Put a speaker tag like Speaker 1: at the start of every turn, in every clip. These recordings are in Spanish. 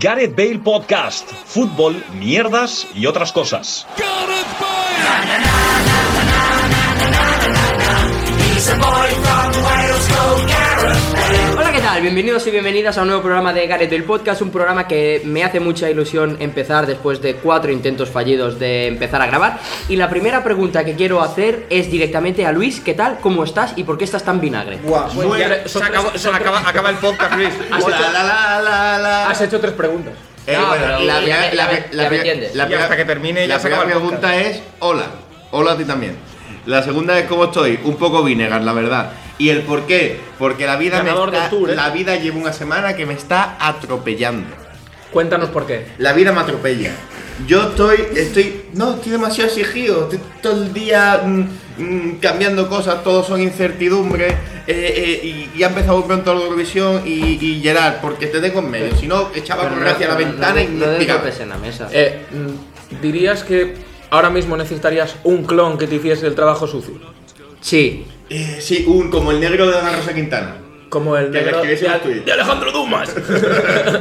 Speaker 1: Gareth Bale Podcast, fútbol, mierdas y otras cosas.
Speaker 2: Hola, ¿qué tal? Bienvenidos y bienvenidas a un nuevo programa de Gareth Bale Podcast, un programa que me hace mucha ilusión empezar después de cuatro intentos fallidos de empezar a grabar. Y la primera pregunta que quiero hacer es directamente a Luis, ¿qué tal? ¿Cómo estás? ¿Y por qué estás tan vinagre?
Speaker 3: Muy bien, se acabó- se acaba, acaba el podcast, Luis.
Speaker 2: Has
Speaker 4: La,
Speaker 2: hecho-
Speaker 4: la, la, la, la.
Speaker 5: Has hecho tres preguntas.
Speaker 4: Eh,
Speaker 2: No,
Speaker 4: bueno,
Speaker 2: pero
Speaker 4: la
Speaker 2: ya
Speaker 4: primera-
Speaker 2: me-
Speaker 4: la
Speaker 2: ya
Speaker 4: pri-
Speaker 2: me-
Speaker 4: la
Speaker 2: ya me
Speaker 4: pri-
Speaker 2: entiendes.
Speaker 4: la
Speaker 3: Y hasta
Speaker 4: primera-
Speaker 3: que termine ya
Speaker 4: La
Speaker 3: se acaba
Speaker 4: primera
Speaker 3: el podcast.
Speaker 4: pregunta es: Hola. Hola a ti también. La segunda es: ¿Cómo estoy? Un poco vinegar, la verdad. ¿Y el por qué? Porque la vida me
Speaker 5: Ganador del
Speaker 4: está-
Speaker 5: Tour, ¿eh?
Speaker 4: La vida lleva una semana que me está atropellando.
Speaker 5: Cuéntanos por qué.
Speaker 4: La vida me atropella. Yo estoy, estoy, no, estoy demasiado exigido. Estoy todo el día mm, mm, cambiando cosas, todos son incertidumbres. eh, eh, y, y ha empezado pronto la Eurovisión y, y Gerard, porque te tengo en medio. Si no, echaba
Speaker 2: Pero
Speaker 4: por
Speaker 2: no-
Speaker 4: gracia la
Speaker 2: no- no-
Speaker 4: ventana y
Speaker 2: no, no
Speaker 4: me
Speaker 2: des
Speaker 4: pegaba.
Speaker 2: golpes en la mesa.
Speaker 5: Eh, mm, ¿Dirías que ahora mismo necesitarías un clon que te hiciese el trabajo sucio?
Speaker 2: Sí,
Speaker 4: Eh, sí, un, como el negro de Ana Rosa Quintana.
Speaker 5: Como el
Speaker 4: Que le
Speaker 5: negro
Speaker 4: escribiese
Speaker 5: de-
Speaker 4: un tuit.
Speaker 5: de Alejandro Dumas.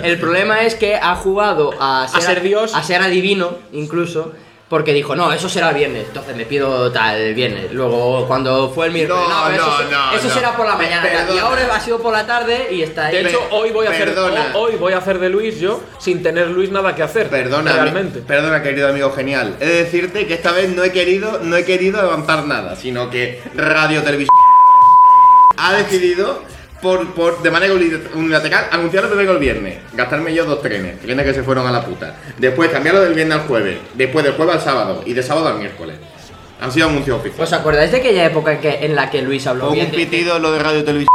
Speaker 2: El problema es que ha jugado a ser,
Speaker 5: ser Dios.
Speaker 2: a ser adivino incluso, porque dijo, no, eso será el viernes, entonces me pido tal el viernes. Luego, cuando fue el miércoles,
Speaker 4: No,
Speaker 2: eso,
Speaker 4: no,
Speaker 2: se-
Speaker 4: no,
Speaker 2: eso
Speaker 4: no.
Speaker 2: será por la mañana,
Speaker 4: Perdona.
Speaker 2: y ahora ha sido por la tarde y está
Speaker 5: De
Speaker 2: ahí.
Speaker 5: hecho, hoy voy, a hacer,
Speaker 4: Perdona.
Speaker 5: ho- hoy voy a hacer de Luis yo sin tener Luis nada que hacer.
Speaker 4: Perdona,
Speaker 5: Realmente.
Speaker 4: mi- perdona, querido amigo genial. He de decirte que esta vez no he querido, no he querido levantar nada, sino que Radio Televisión ha decidido por, por- de manera uni- unilateral anunciarlo primero el viernes, gastarme yo dos trenes, trenes que se fueron a la puta. Después cambiarlo del viernes al jueves, después del jueves al sábado y de sábado al miércoles. Han sido anuncios
Speaker 2: ¿Os
Speaker 4: oficiales.
Speaker 2: acordáis de aquella época en, que- en la que Luis habló
Speaker 4: Pongo
Speaker 2: bien?
Speaker 4: un
Speaker 2: de-
Speaker 4: pitido lo de Radio Televisión.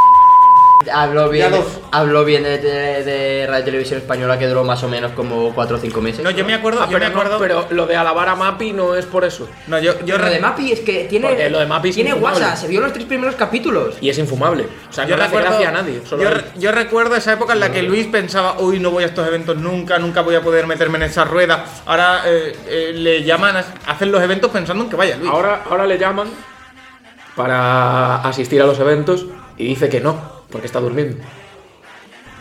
Speaker 2: Habló bien,
Speaker 3: Ya
Speaker 2: de,
Speaker 3: dos.
Speaker 2: habló bien de, de- de Radio Televisión Española que duró más o menos como 4 o 5 meses.
Speaker 3: No, yo me acuerdo,
Speaker 5: Ah,
Speaker 3: yo
Speaker 5: pero,
Speaker 3: me
Speaker 5: no,
Speaker 3: acuerdo.
Speaker 5: pero lo de alabar a Mapi no es por eso.
Speaker 3: no, yo, yo,
Speaker 2: Pero lo
Speaker 3: re-
Speaker 2: de Mapi es que
Speaker 5: Porque
Speaker 2: tiene,
Speaker 5: lo de Mapi es
Speaker 2: tiene
Speaker 5: infumable.
Speaker 2: WhatsApp, se vio los tres primeros capítulos.
Speaker 5: Y es infumable. O sea,
Speaker 3: yo
Speaker 5: no le hace
Speaker 3: recuerdo-
Speaker 5: gracia a nadie. solo
Speaker 3: yo,
Speaker 5: a él.
Speaker 3: re- yo recuerdo esa época en la que Luis pensaba, uy, no voy a estos eventos nunca, nunca voy a poder meterme en esa rueda. Ahora eh, eh, le llaman, a- hacen los eventos pensando en que vaya Luis.
Speaker 5: Ahora, ahora le llaman para asistir a los eventos y dice que no, porque está durmiendo.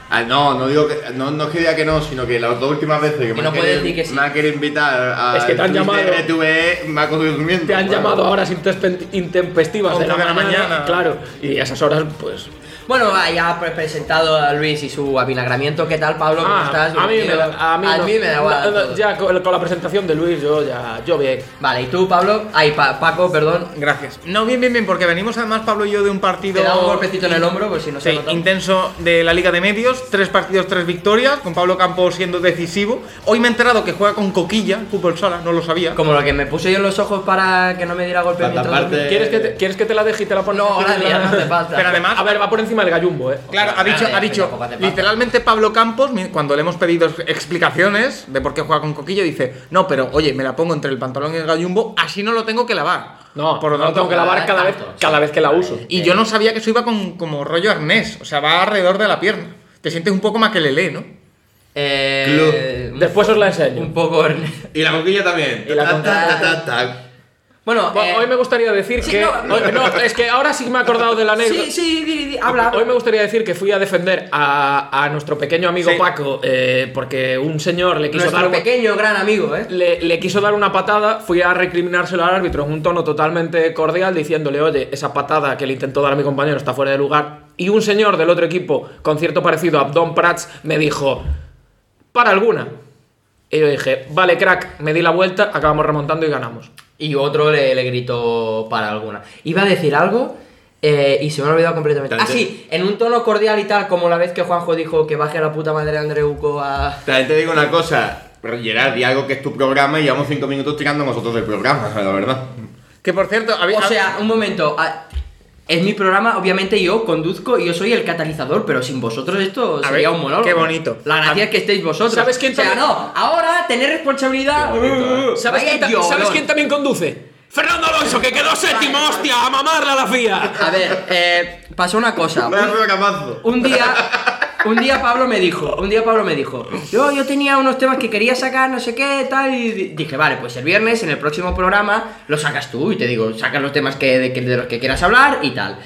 Speaker 4: Ah, no, no digo que no, no es que diga que no, sino que las dos últimas veces que, me,
Speaker 2: no
Speaker 4: han
Speaker 2: puede
Speaker 4: querido-
Speaker 2: decir que sí.
Speaker 4: me han querido invitar a
Speaker 5: Es que te han llamado.
Speaker 4: RTV, E, me ha cogido durmiendo.
Speaker 5: Te han
Speaker 4: Bueno.
Speaker 5: llamado a horas intespen- intempestivas de
Speaker 3: Once
Speaker 5: la,
Speaker 3: de la
Speaker 5: mañana,
Speaker 3: mañana.
Speaker 5: Claro, y a esas horas, pues.
Speaker 2: Bueno, va, ya ha pre- presentado a Luis y su avinagramiento. ¿Qué tal, Pablo? ¿Cómo
Speaker 5: Ah,
Speaker 2: estás?
Speaker 5: a mí me da. A mí, no-
Speaker 2: me da
Speaker 5: no-
Speaker 2: igual
Speaker 5: no,
Speaker 2: todo.
Speaker 5: Ya con, con la presentación de Luis, yo ya. Yo bien.
Speaker 2: Vale, ¿y tú, Pablo? Ay, Pa- Paco, perdón.
Speaker 3: Gracias. No, bien, bien, bien, porque venimos además Pablo y yo de un partido.
Speaker 2: Te da un golpecito en el hombro, pues si no se
Speaker 3: Sí,
Speaker 2: nota.
Speaker 3: intenso de la Liga de Medios, tres partidos, tres victorias, con Pablo Campos siendo decisivo. Hoy me he enterado que juega con Coquilla, el fútbol sala, no lo sabía.
Speaker 2: Como lo que me puse yo en los ojos para que no me diera golpe
Speaker 4: Para
Speaker 2: mientras
Speaker 4: taparte.
Speaker 3: Eh,
Speaker 2: dormía.
Speaker 5: ¿Quieres que, te, ¿Quieres que te la deje y te la ponga?
Speaker 2: No, ahora ya no hace falta.
Speaker 3: Pero además-
Speaker 5: A ver, va por encima del gallumbo, eh.
Speaker 3: Claro, ha
Speaker 2: Vale,
Speaker 3: dicho, ha
Speaker 2: pero
Speaker 3: dicho
Speaker 2: tampoco hace falta.
Speaker 3: literalmente Pablo Campos, mi- cuando le hemos pedido explicaciones de por qué juega con Coquilla, dice, no, pero oye, me la pongo entre el pantalón y el gallumbo, así no lo tengo que lavar.
Speaker 5: No,
Speaker 3: por
Speaker 5: por
Speaker 3: lo
Speaker 5: no
Speaker 3: tanto,
Speaker 5: tengo que lavar cada vez,
Speaker 2: eh, tanto,
Speaker 5: cada
Speaker 2: sí.
Speaker 5: vez que la uso.
Speaker 3: Y yo no sabía que eso iba con, como rollo arnés, o sea, va alrededor de la pierna. Te sientes un poco más que Lele, ¿no?
Speaker 2: Eh, un-
Speaker 5: Después os la enseño.
Speaker 2: Un poco... Ernest.
Speaker 4: Y la coquilla también.
Speaker 5: Y la
Speaker 4: Ta, ta,
Speaker 2: coquilla.
Speaker 4: ta, ta, ta.
Speaker 2: Bueno,
Speaker 5: Bueno,
Speaker 2: eh,
Speaker 5: hoy me gustaría decir
Speaker 2: sí,
Speaker 5: que.
Speaker 2: no,
Speaker 5: hoy- no, es que ahora sí me he acordado de la anécdota.
Speaker 2: Sí, sí, di, di, habla.
Speaker 5: Hoy me gustaría decir que fui a defender a, a nuestro pequeño amigo
Speaker 3: Sí.
Speaker 5: Paco eh, porque un señor le quiso, dar,
Speaker 2: Nuestro
Speaker 5: un-
Speaker 2: pequeño gran amigo, ¿eh?
Speaker 5: le, le quiso dar una patada. Fui a recriminárselo al árbitro en un tono totalmente cordial diciéndole, oye, esa patada que le intentó dar a mi compañero está fuera de lugar. Y un señor del otro equipo, con cierto parecido a Abdon Prats, me dijo, para alguna. Y yo dije, vale, crack, me di la vuelta, acabamos remontando y ganamos.
Speaker 2: Y otro le, le gritó para alguna. Iba a decir algo eh, y se me ha olvidado completamente. Ah,
Speaker 4: Tanto-
Speaker 2: sí, en un tono cordial y tal, como la vez que Juanjo dijo que baje a la puta madre de Andreuco a.
Speaker 4: También te digo una cosa. Gerard, di algo que es tu programa y llevamos cinco minutos tirando nosotros del programa, la verdad.
Speaker 3: Que por cierto, había,
Speaker 2: O sea, un momento. a- Es mi programa, obviamente yo conduzco y yo soy el catalizador, pero sin vosotros esto
Speaker 3: A
Speaker 2: sería
Speaker 3: ver,
Speaker 2: un monólogo.
Speaker 3: qué bonito.
Speaker 2: La gracia
Speaker 3: A-
Speaker 2: es que estéis vosotros.
Speaker 5: ¿Sabes quién
Speaker 2: O sea,
Speaker 5: también- ¿eh?
Speaker 2: no, ahora tener responsabilidad.
Speaker 5: ¿Sabes,
Speaker 2: Vaya
Speaker 5: quién, ta-
Speaker 2: llorón.
Speaker 5: sabes quién también conduce? Fernando Alonso, que quedó séptimo, hostia, a mamarla la FIA.
Speaker 2: A ver, eh, pasó una cosa.
Speaker 4: Me da programazo.
Speaker 2: Un día, un día Pablo me dijo, un día Pablo me dijo, yo, yo tenía unos temas que quería sacar, no sé qué, tal, y di- dije, vale, pues el viernes en el próximo programa lo sacas tú y te digo, sacas los temas que, de, que- de los que quieras hablar y tal.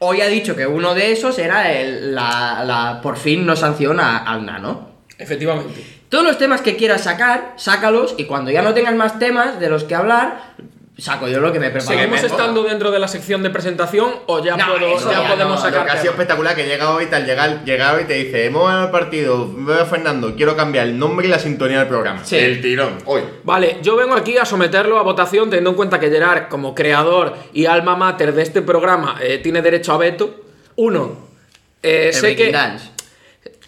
Speaker 2: Hoy ha dicho que uno de esos era el- la, la por fin no sanciona al nano.
Speaker 5: Efectivamente.
Speaker 2: Todos los temas que quieras sacar, sácalos y cuando ya no tengas más temas de los que hablar, saco yo lo que me he preparado.
Speaker 5: ¿Seguimos estando dentro de la sección de presentación o ya,
Speaker 2: No,
Speaker 5: puedo-
Speaker 2: eso
Speaker 5: ya
Speaker 2: ya
Speaker 5: podemos
Speaker 2: no,
Speaker 5: sacar?
Speaker 4: Lo que ha sido
Speaker 5: tema?
Speaker 4: espectacular que llega hoy, tal, llega, llega hoy y te dice, hemos ganado el partido, me voy a Fernando, quiero cambiar el nombre y la sintonía del programa.
Speaker 2: Sí.
Speaker 4: El tirón, hoy.
Speaker 5: Vale, yo vengo aquí a someterlo a votación teniendo en cuenta que Gerard, como creador y alma mater de este programa, eh, tiene derecho a veto. Uno, eh,
Speaker 2: El
Speaker 5: sé
Speaker 2: Breaking
Speaker 5: que...
Speaker 2: Dance.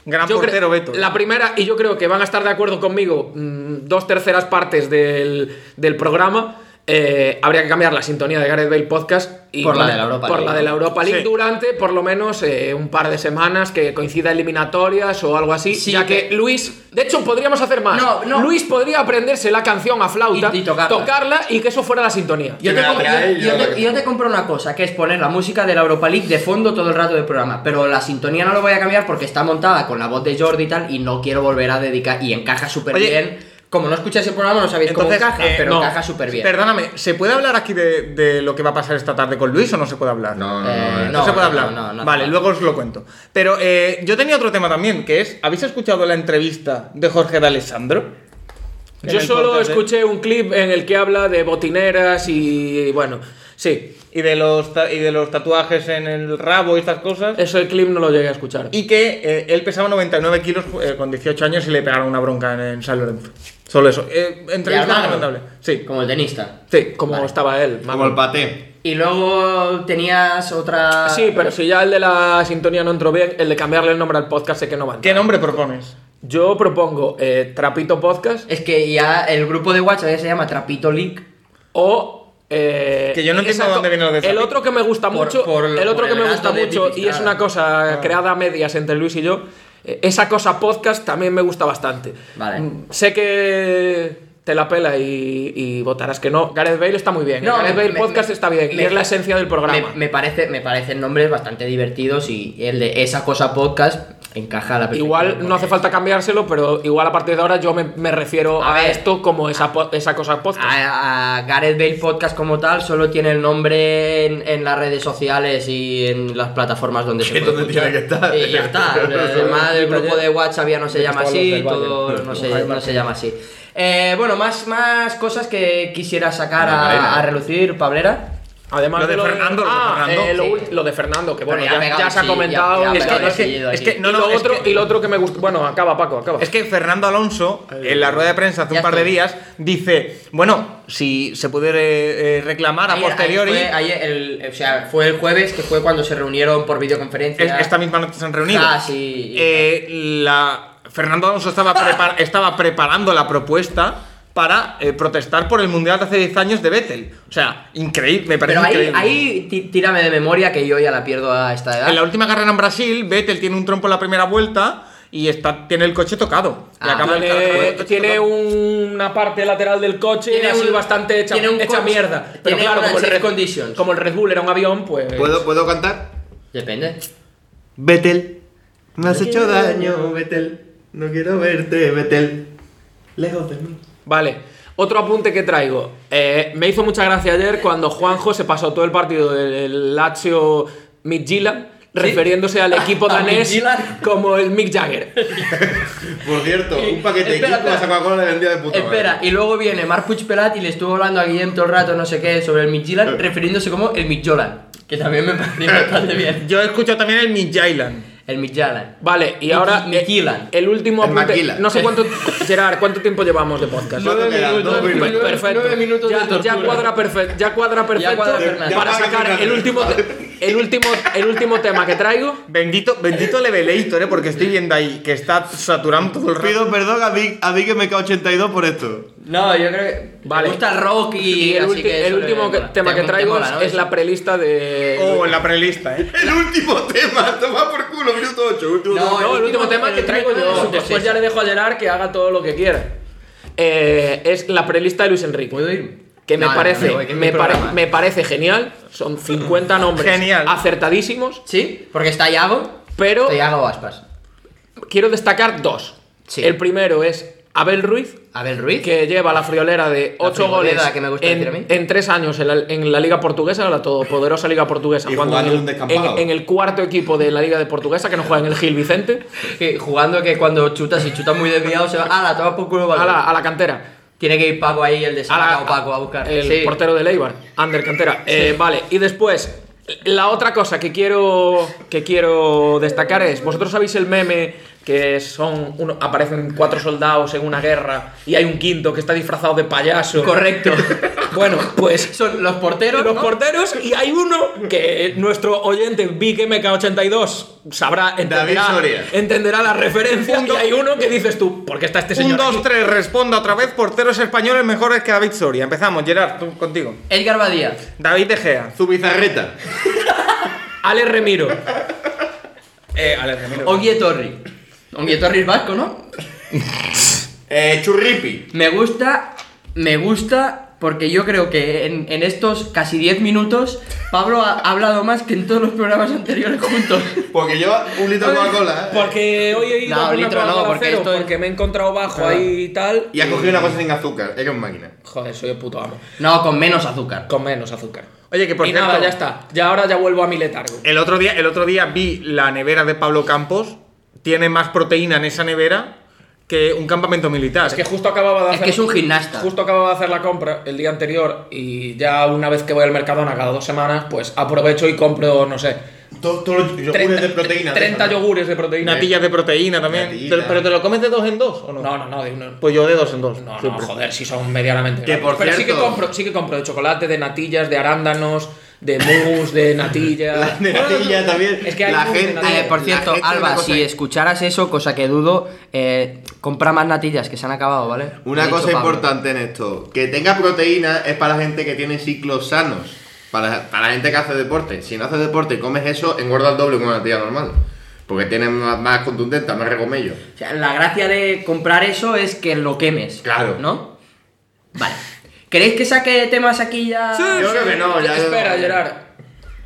Speaker 3: Gran
Speaker 5: Yo cre-
Speaker 3: portero Beto. ¿eh?
Speaker 5: La primera, y yo creo que van a estar de acuerdo conmigo, mm, dos terceras partes del, del programa. eh, habría que cambiar la sintonía de Gareth Bale Podcast y
Speaker 2: Por la de la Europa
Speaker 5: por
Speaker 2: League.
Speaker 5: la de la Europa League
Speaker 3: Sí.
Speaker 5: durante por lo menos eh, un par de semanas que coincida eliminatorias o algo así.
Speaker 2: Sí,
Speaker 5: ya que
Speaker 2: que-
Speaker 5: Luis, de hecho podríamos hacer más.
Speaker 2: No, no.
Speaker 5: Luis podría aprenderse la canción a flauta,
Speaker 2: Y- y tocarla.
Speaker 5: y que eso fuera la sintonía.
Speaker 2: Yo
Speaker 4: Que
Speaker 2: te,
Speaker 4: me
Speaker 2: com-
Speaker 4: la trae,
Speaker 2: yo- yo
Speaker 4: yo
Speaker 2: te-
Speaker 4: la que-
Speaker 2: yo te compro una cosa, que es poner la música de la Europa League de fondo todo el rato del programa, pero la sintonía no lo voy a cambiar porque está montada con la voz de Jordi y tal, y no quiero volver a dedicar, y encaja súper bien. Como no escucháis el programa no sabéis
Speaker 3: Entonces,
Speaker 2: cómo encaja,
Speaker 3: eh,
Speaker 2: pero
Speaker 5: no.
Speaker 2: encaja súper bien.
Speaker 3: Perdóname, ¿se puede hablar aquí de, de lo que va a pasar esta tarde con Luis o no se puede hablar?
Speaker 4: No, no,
Speaker 2: Eh,
Speaker 4: no.
Speaker 3: No, se puede
Speaker 2: no,
Speaker 3: hablar.
Speaker 2: no, no, no
Speaker 3: vale,
Speaker 2: hace
Speaker 3: luego os lo cuento. Pero eh, yo tenía otro tema también, que es, ¿habéis escuchado la entrevista de Jorge de Alessandro? En
Speaker 5: Yo
Speaker 3: el
Speaker 5: solo
Speaker 3: podcast de-
Speaker 5: escuché un clip en el que habla de botineras y bueno, sí,
Speaker 3: Y de los ta- y de los tatuajes en el rabo y estas cosas.
Speaker 5: eso el clip no lo llegué a escuchar.
Speaker 3: Y que eh, él pesaba 99 kilos eh, con 18 años y le pegaron una bronca en, en San Lorenzo. Solo eso. Eh, entrevista
Speaker 2: hablaron.
Speaker 3: recomendable. Sí.
Speaker 2: Como el tenista.
Speaker 5: Sí, como estaba él.
Speaker 4: Como el paté.
Speaker 2: Y luego tenías otra...
Speaker 5: Sí, pero si ya el de la sintonía no entró bien, el de cambiarle el nombre al podcast sé que no va. a entrar.
Speaker 3: ¿Qué nombre propones?
Speaker 5: Yo propongo eh, Trapito Podcast
Speaker 2: Es que ya el grupo de WhatsApp ya se llama Trapito League.
Speaker 5: o... eh,
Speaker 3: Que yo no entiendo
Speaker 5: exacto,
Speaker 3: dónde viene lo de
Speaker 5: El
Speaker 3: Trapito.
Speaker 5: otro que me gusta
Speaker 2: Por-
Speaker 5: mucho,
Speaker 2: por-
Speaker 5: el otro
Speaker 2: por
Speaker 5: que
Speaker 2: el
Speaker 5: me gusta
Speaker 2: gato de
Speaker 5: mucho y es
Speaker 2: Pipistrana.
Speaker 5: una cosa creada a medias entre Luis y yo, eh, esa cosa podcast también me gusta bastante.
Speaker 2: Vale.
Speaker 5: Mm, Sé que te la pela y, y votarás que no. Gareth Bale está muy bien. eh,
Speaker 2: No,
Speaker 5: Gareth
Speaker 2: me-
Speaker 5: Bale
Speaker 2: me-
Speaker 5: Podcast está bien.
Speaker 2: me-
Speaker 5: y es la esencia del programa.
Speaker 2: Me, me parece, me parecen nombres bastante divertidos y el de esa cosa podcast encaja a la perfección.
Speaker 5: Igual no hace falta cambiárselo, pero igual a partir de ahora yo me, me refiero
Speaker 2: A
Speaker 5: a,
Speaker 2: ver.
Speaker 5: esto como esa, po- esa cosa podcast.
Speaker 2: A, a Gareth Bale Podcast como tal solo tiene el nombre en, en las redes sociales y en las plataformas donde se
Speaker 4: Que es
Speaker 2: puede
Speaker 4: donde tiene
Speaker 2: escuchar.
Speaker 4: que estar.
Speaker 2: Y ya está. Además, el grupo de WhatsApp ya no se llama así, todo no se, no se llama así. Eh, bueno, más, más cosas que quisiera sacar a, a relucir, Pablera.
Speaker 5: Además
Speaker 3: Lo de Fernando, lo de
Speaker 5: Ah,
Speaker 3: Fernando.
Speaker 5: eh, lo,
Speaker 2: Sí.
Speaker 5: ul- lo de Fernando, que
Speaker 2: Pero
Speaker 5: bueno,
Speaker 2: ya
Speaker 5: ya,
Speaker 2: ha pegado,
Speaker 5: ya se ha
Speaker 2: sí,
Speaker 5: comentado.
Speaker 2: ya- ya
Speaker 5: y
Speaker 2: ha
Speaker 5: es que-
Speaker 2: pegado,
Speaker 5: es que-
Speaker 2: sí,
Speaker 5: es que-
Speaker 3: sí. No,
Speaker 5: y
Speaker 3: no,
Speaker 5: lo
Speaker 3: es
Speaker 5: otro-
Speaker 3: que-
Speaker 5: y lo otro que me gusta. Bueno, acaba, Paco, acaba.
Speaker 3: Es que Fernando Alonso, en la rueda de prensa hace
Speaker 2: Ya
Speaker 3: un par de
Speaker 2: estoy.
Speaker 3: días, dice, bueno, si se puede eh, eh, reclamar a
Speaker 2: Ayer- ayer
Speaker 3: posteriori,
Speaker 2: fue- ayer el- o sea, fue el jueves que fue cuando se reunieron por videoconferencia.
Speaker 3: es- esta misma noche se han reunido.
Speaker 2: Ah, sí.
Speaker 3: Eh, la, Fernando Alonso estaba, prepar- estaba preparando la propuesta para eh, protestar por el Mundial de hace 10 años de Vettel. O sea, increíble, me parece
Speaker 2: Pero ahí,
Speaker 3: increíble.
Speaker 2: ahí tí- tírame de memoria que yo ya la pierdo a esta edad.
Speaker 3: En la última carrera en Brasil, Vettel tiene un trompo en la primera vuelta y está, tiene el coche tocado. Le
Speaker 2: Ah,
Speaker 3: acaba el- acaba el
Speaker 5: Tiene,
Speaker 3: coche
Speaker 5: tiene
Speaker 3: tocado.
Speaker 5: una parte lateral del coche
Speaker 2: Tiene
Speaker 5: así
Speaker 2: un-
Speaker 5: bastante hecha,
Speaker 2: tiene un
Speaker 5: hecha
Speaker 2: coche-
Speaker 5: mierda. Pero
Speaker 2: tiene
Speaker 5: claro,
Speaker 2: unas
Speaker 5: como el,
Speaker 2: seis
Speaker 5: Red,
Speaker 2: conditions.
Speaker 5: como el Red Bull era un avión, pues.
Speaker 4: ¿Puedo, ¿Puedo cantar?
Speaker 2: Depende.
Speaker 4: Betel, me has hecho daño, Betel. No quiero verte, Betel. Lejos de mí.
Speaker 5: Vale. Otro apunte que traigo. Eh, me hizo mucha gracia ayer cuando Juanjo se pasó todo el partido del Lazio Midtjylland refiriéndose al equipo
Speaker 2: ¿A
Speaker 5: danés
Speaker 2: Midtjylland?
Speaker 5: como el Mick Jagger.
Speaker 4: Por cierto, un paquete
Speaker 2: Eh, Espera,
Speaker 4: de equipo a
Speaker 2: espera.
Speaker 4: Coca-Cola le vendía de puta madre.
Speaker 2: Espera, y luego viene Marc Puigpelat y le estuvo hablando a Guillem todo el rato, no sé qué, sobre el Midtjylland, refiriéndose como el Midtjylland, que también me pareció bastante bien.
Speaker 3: Yo he escuchado también el Midjailand.
Speaker 2: El Midtjylland.
Speaker 5: Vale, y
Speaker 2: Mick-
Speaker 5: ahora eh,
Speaker 2: Midtjylland.
Speaker 5: el último
Speaker 4: El
Speaker 5: apunte.
Speaker 4: Maquila.
Speaker 5: no sé cuánto Gerard, cuánto tiempo llevamos de podcast.
Speaker 4: ¿Cuánto queda? Dos
Speaker 2: nueve
Speaker 4: minutos.
Speaker 5: Perfecto.
Speaker 2: nueve minutos de
Speaker 5: ya,
Speaker 2: tortura.
Speaker 5: ya cuadra perfecto. Ya cuadra perfecto
Speaker 2: cuadra Fernando.
Speaker 5: para
Speaker 4: Ya paga
Speaker 5: sacar
Speaker 4: Fernando.
Speaker 5: el último, el último, el último tema que traigo.
Speaker 3: Bendito, bendito Levelator, ¿eh? porque estoy viendo ahí que está saturando todo el rato.
Speaker 4: Pido perdón a Vic, a Vic MK82 por esto.
Speaker 2: No, yo creo que.
Speaker 5: Vale.
Speaker 2: Me gusta el rock y.
Speaker 5: Y el,
Speaker 2: así
Speaker 5: ulti-
Speaker 2: que
Speaker 5: el
Speaker 2: eso le-
Speaker 5: último que-
Speaker 2: mola.
Speaker 5: tema
Speaker 2: Te-
Speaker 5: que
Speaker 2: te
Speaker 5: traigo
Speaker 2: mola, ¿no?
Speaker 5: es la prelista de.
Speaker 3: Oh, en la prelista, ¿eh.
Speaker 4: El último tema, toma por culo, minuto 8. Último
Speaker 2: No,
Speaker 4: tema.
Speaker 5: No, el último tema que
Speaker 2: el
Speaker 5: traigo
Speaker 2: último es
Speaker 5: yo.
Speaker 2: un
Speaker 5: Después
Speaker 2: proceso.
Speaker 5: ya le dejo a Gerard que haga todo lo que quiera. Eh, es la prelista de Luis Enrique.
Speaker 2: ¿Puedo ir?
Speaker 5: Que me
Speaker 2: No, no,
Speaker 5: parece,
Speaker 2: no, no, que es mi
Speaker 5: me, pare-
Speaker 2: programa.
Speaker 5: me parece genial. Son 50 nombres
Speaker 3: Genial.
Speaker 5: acertadísimos.
Speaker 2: Sí, porque está Iago.
Speaker 5: Pero
Speaker 2: Está Iago Aspas.
Speaker 5: quiero destacar dos.
Speaker 2: Sí.
Speaker 5: El primero es Abel Ruiz,
Speaker 2: Abel Ruiz.
Speaker 5: que lleva la friolera de
Speaker 2: La
Speaker 5: 8
Speaker 2: friolera
Speaker 5: goles
Speaker 2: que me gusta decir a mí.
Speaker 5: en, en tres años en la, en la Liga Portuguesa, la todopoderosa Liga Portuguesa,
Speaker 6: Y
Speaker 5: jugando en
Speaker 6: jugando
Speaker 5: el,
Speaker 6: en un descampado.
Speaker 5: en- en el cuarto equipo de la Liga de Portuguesa, que no juega en el Gil Vicente,
Speaker 2: que jugando que cuando chutas y chutas muy desviado se va. ¡Hala, toma por culo! balón".
Speaker 5: a la, a la cantera.
Speaker 2: Tiene que ir Paco ahí, el de
Speaker 5: A la-
Speaker 2: Sacao Paco, a buscar.
Speaker 5: El
Speaker 2: Sí.
Speaker 5: portero de Leibar, Ander Cantera. Eh, vale, y después, la otra cosa que quiero, que quiero destacar es, vosotros sabéis el meme que son uno- aparecen cuatro soldados en una guerra y hay un quinto que está disfrazado de payaso.
Speaker 2: Correcto.
Speaker 5: Bueno, pues
Speaker 2: Son los porteros.
Speaker 5: los
Speaker 2: ¿no?
Speaker 5: porteros y hay uno que nuestro oyente Big MK82 sabrá entenderá,
Speaker 4: David Soria.
Speaker 5: entenderá la referencia y hay uno que dices tú, ¿por qué está este
Speaker 3: Un,
Speaker 5: señor? aquí?
Speaker 3: dos, tres, responda otra vez. Porteros españoles mejores que David Soria. Empezamos, Gerard, tú contigo.
Speaker 2: Edgar Badía.
Speaker 3: David De Gea.
Speaker 4: Zubizarreta.
Speaker 5: Ale Remiro.
Speaker 3: Eh, Alex Ramiro.
Speaker 2: Ogie Torri. Ogie Torri es vasco, ¿no?
Speaker 4: Eh, Churripi.
Speaker 2: Me gusta, me gusta, porque yo creo que en, en estos casi 10 minutos Pablo ha, ha hablado más que en todos los programas anteriores juntos.
Speaker 4: Porque lleva un litro de Coca-Cola. ¿eh?
Speaker 5: Porque hoy he ido
Speaker 2: No,
Speaker 5: a una
Speaker 2: litro no,
Speaker 5: Coca-Cola
Speaker 2: porque
Speaker 5: cero,
Speaker 2: esto es-
Speaker 5: porque me he encontrado bajo
Speaker 2: Ah.
Speaker 5: ahí y tal.
Speaker 4: Y ha cogido una cosa sin azúcar. Era un máquina.
Speaker 5: Joder, soy el puto amo.
Speaker 2: No, con menos azúcar.
Speaker 5: Con menos azúcar.
Speaker 3: Oye, que por
Speaker 5: y
Speaker 3: cierto,
Speaker 5: nada, ya está. Ya ahora ya vuelvo a mi letargo.
Speaker 3: El otro, día, el otro día vi la nevera de Pablo Campos. Tiene más proteína en esa nevera que un campamento militar.
Speaker 5: Es que justo acababa de
Speaker 2: Es
Speaker 5: hacer.
Speaker 2: que es un gimnasta.
Speaker 5: Justo acababa de hacer la compra el día anterior y ya una vez que voy al Mercadona cada dos semanas, pues aprovecho y compro, no sé,
Speaker 6: Todos los yogures
Speaker 5: 30,
Speaker 6: de proteína.
Speaker 5: 30
Speaker 6: déjalo.
Speaker 5: yogures de proteína.
Speaker 3: natillas de proteína también.
Speaker 6: Natillita.
Speaker 3: Pero, pero te lo comes de dos en dos, ¿o no?
Speaker 5: Eh, No, no, no, de uno.
Speaker 3: Pues yo de dos en dos.
Speaker 5: No, no,
Speaker 3: siempre.
Speaker 5: joder, si son medianamente.
Speaker 4: Que,
Speaker 5: grandes.
Speaker 4: por
Speaker 5: Pero sí que
Speaker 4: cierto-
Speaker 5: compro, sí que compro de chocolate, de natillas, de arándanos, de mousse, de natillas.
Speaker 6: De natilla también.
Speaker 5: Es que hay
Speaker 4: La
Speaker 5: mousse de
Speaker 4: gente-
Speaker 5: natilla.
Speaker 2: Eh, por
Speaker 4: La
Speaker 2: cierto,
Speaker 4: gente una
Speaker 2: Alba,
Speaker 4: cosa
Speaker 2: si
Speaker 4: es-
Speaker 2: escucharas eso, cosa que dudo, eh, compra más natillas que se han acabado, ¿vale? Ha
Speaker 4: Una
Speaker 2: dicho
Speaker 4: cosa
Speaker 2: Pablo.
Speaker 4: importante en esto, que tenga proteína es para la gente que tiene ciclos sanos, para, para la gente que hace deporte. Si no haces deporte y comes eso, engorda el doble que una tía normal. Porque tiene más, más contundente, más regomello.
Speaker 2: O sea, la gracia de comprar eso es que lo quemes.
Speaker 4: Claro.
Speaker 2: ¿No? Vale. ¿Queréis que saque temas aquí ya?
Speaker 4: Yo creo que no, ya-
Speaker 5: Espera, Gerard.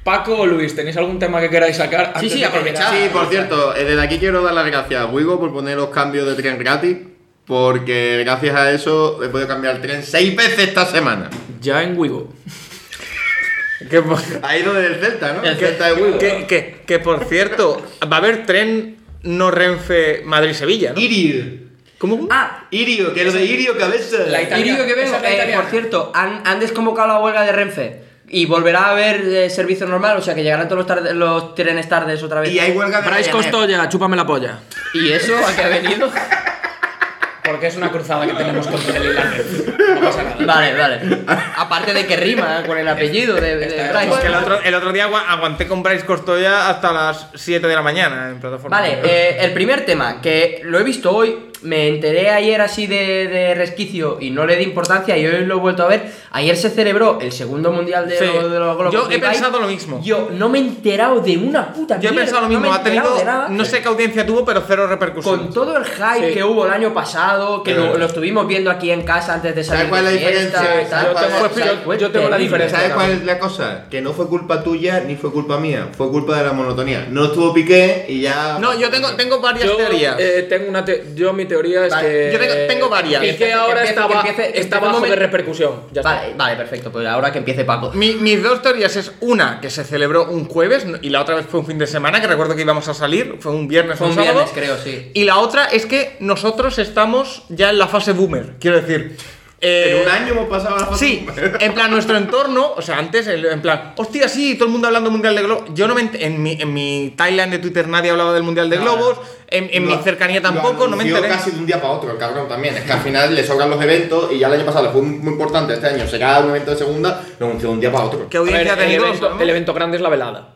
Speaker 5: Paco o Luis, ¿tenéis algún tema que queráis sacar? antes
Speaker 2: sí,
Speaker 5: de que
Speaker 2: aprovechad.
Speaker 5: Gerard-
Speaker 4: Sí, por cierto, eh, desde aquí quiero dar las gracias a Wigo por poner los cambios de tren gratis, porque gracias a eso he podido cambiar el tren seis veces esta semana.
Speaker 5: Ya en Wigo.
Speaker 3: Que por-
Speaker 4: Ha ido desde el Celta, ¿no?
Speaker 2: El
Speaker 4: El Celta de Wigo.
Speaker 3: que, que- que por cierto, va a haber tren no Renfe Madrid-Sevilla, ¿no?
Speaker 4: Irio.
Speaker 3: ¿Cómo?
Speaker 2: Ah,
Speaker 4: Irio, que lo de Irio cabeza.
Speaker 5: La ita-
Speaker 2: y digo que vengo,
Speaker 5: Esa es la
Speaker 2: eh,
Speaker 5: italiana.
Speaker 2: por cierto, han, han desconvocado la huelga de Renfe. Y volverá a haber eh, servicio normal, o sea que llegarán todos los, tarde- los trenes tardes otra vez.
Speaker 4: Y hay huelga de Ryanair.
Speaker 5: Bryce Costoya, chúpame la polla.
Speaker 2: ¿Y eso a qué ha venido?
Speaker 5: Porque es una cruzada que tenemos contra el Irlandés. No pasa nada.
Speaker 2: vale, vale. Aparte de que rima con el apellido de, de
Speaker 5: Está-
Speaker 2: Bryce.
Speaker 3: Es que el otro, el otro día agua- aguanté con Bryce Costoya hasta las 7 de la mañana en plataforma.
Speaker 2: Vale, eh, el primer tema, que lo he visto hoy, me enteré ayer así de, de resquicio y no le di importancia y hoy lo he vuelto a ver. Ayer se celebró el segundo mundial de,
Speaker 3: Sí.
Speaker 2: lo- de los globos.
Speaker 3: Yo
Speaker 2: de
Speaker 3: he
Speaker 2: Ibai.
Speaker 3: pensado lo mismo.
Speaker 2: Yo no me he enterado de una puta
Speaker 3: Yo he
Speaker 2: mierda,
Speaker 3: pensado
Speaker 2: no
Speaker 3: lo mismo,
Speaker 2: me he
Speaker 3: ha tenido,
Speaker 2: enterado de nada.
Speaker 3: no sé qué audiencia tuvo, pero cero repercusión.
Speaker 2: Con todo el hype que hubo el año pasado, que lo, lo estuvimos viendo aquí en casa antes de salir
Speaker 4: cuál
Speaker 2: de
Speaker 4: es la
Speaker 2: fiesta
Speaker 4: diferencia?
Speaker 2: y tal.
Speaker 4: Yo tengo-
Speaker 2: O sea,
Speaker 5: yo-
Speaker 2: fue
Speaker 5: yo tengo la
Speaker 2: terrible.
Speaker 5: diferencia.
Speaker 4: ¿Sabes cuál es la cosa? Que no fue culpa tuya ni fue culpa mía, fue culpa de la monotonía. No estuvo Piqué y ya.
Speaker 3: No, yo tengo, tengo varias
Speaker 5: Yo,
Speaker 3: teorías.
Speaker 5: eh, tengo una te- yo mi teoría es
Speaker 2: Vale,
Speaker 5: que
Speaker 3: yo tengo- tengo varias.
Speaker 5: y que
Speaker 2: Que
Speaker 5: ahora
Speaker 2: empiece-
Speaker 5: está,
Speaker 2: que
Speaker 5: ba-
Speaker 2: empiece- que
Speaker 5: está
Speaker 2: empiece un
Speaker 5: bajo de
Speaker 2: momento.
Speaker 5: repercusión ya está.
Speaker 2: Vale, vale, perfecto, pues ahora que empiece Paco.
Speaker 3: Mi- mis dos teorías es una que se celebró un jueves y la otra vez fue un fin de semana, que recuerdo que íbamos a salir, fue un viernes
Speaker 2: Fue
Speaker 3: o
Speaker 2: un
Speaker 3: un sábado.
Speaker 2: viernes, creo, sí.
Speaker 3: Y la otra es que nosotros estamos ya en la fase boomer, quiero decir. eh,
Speaker 4: En un año hemos pasado la foto.
Speaker 3: Sí, en plan nuestro entorno, o sea, antes el- en plan, hostia, sí, todo el mundo hablando mundial de globos. Yo no me ent- en mi en mi timeline de Twitter nadie hablaba del mundial de globos, en, en mi
Speaker 4: Lo-
Speaker 3: cercanía
Speaker 4: lo
Speaker 3: tampoco, no me
Speaker 4: anunció
Speaker 3: enteré.
Speaker 4: casi de un día para otro, el cabrón también. Es que al final le sobran los eventos y ya el año pasado le fue muy importante. Este año será un evento de segunda, lo anunció de un día para otro.
Speaker 3: ¿Qué
Speaker 5: A ver,
Speaker 3: audiencia ha
Speaker 5: el,
Speaker 3: tenido?
Speaker 5: evento,
Speaker 3: ¿no?
Speaker 5: el evento grande es la velada.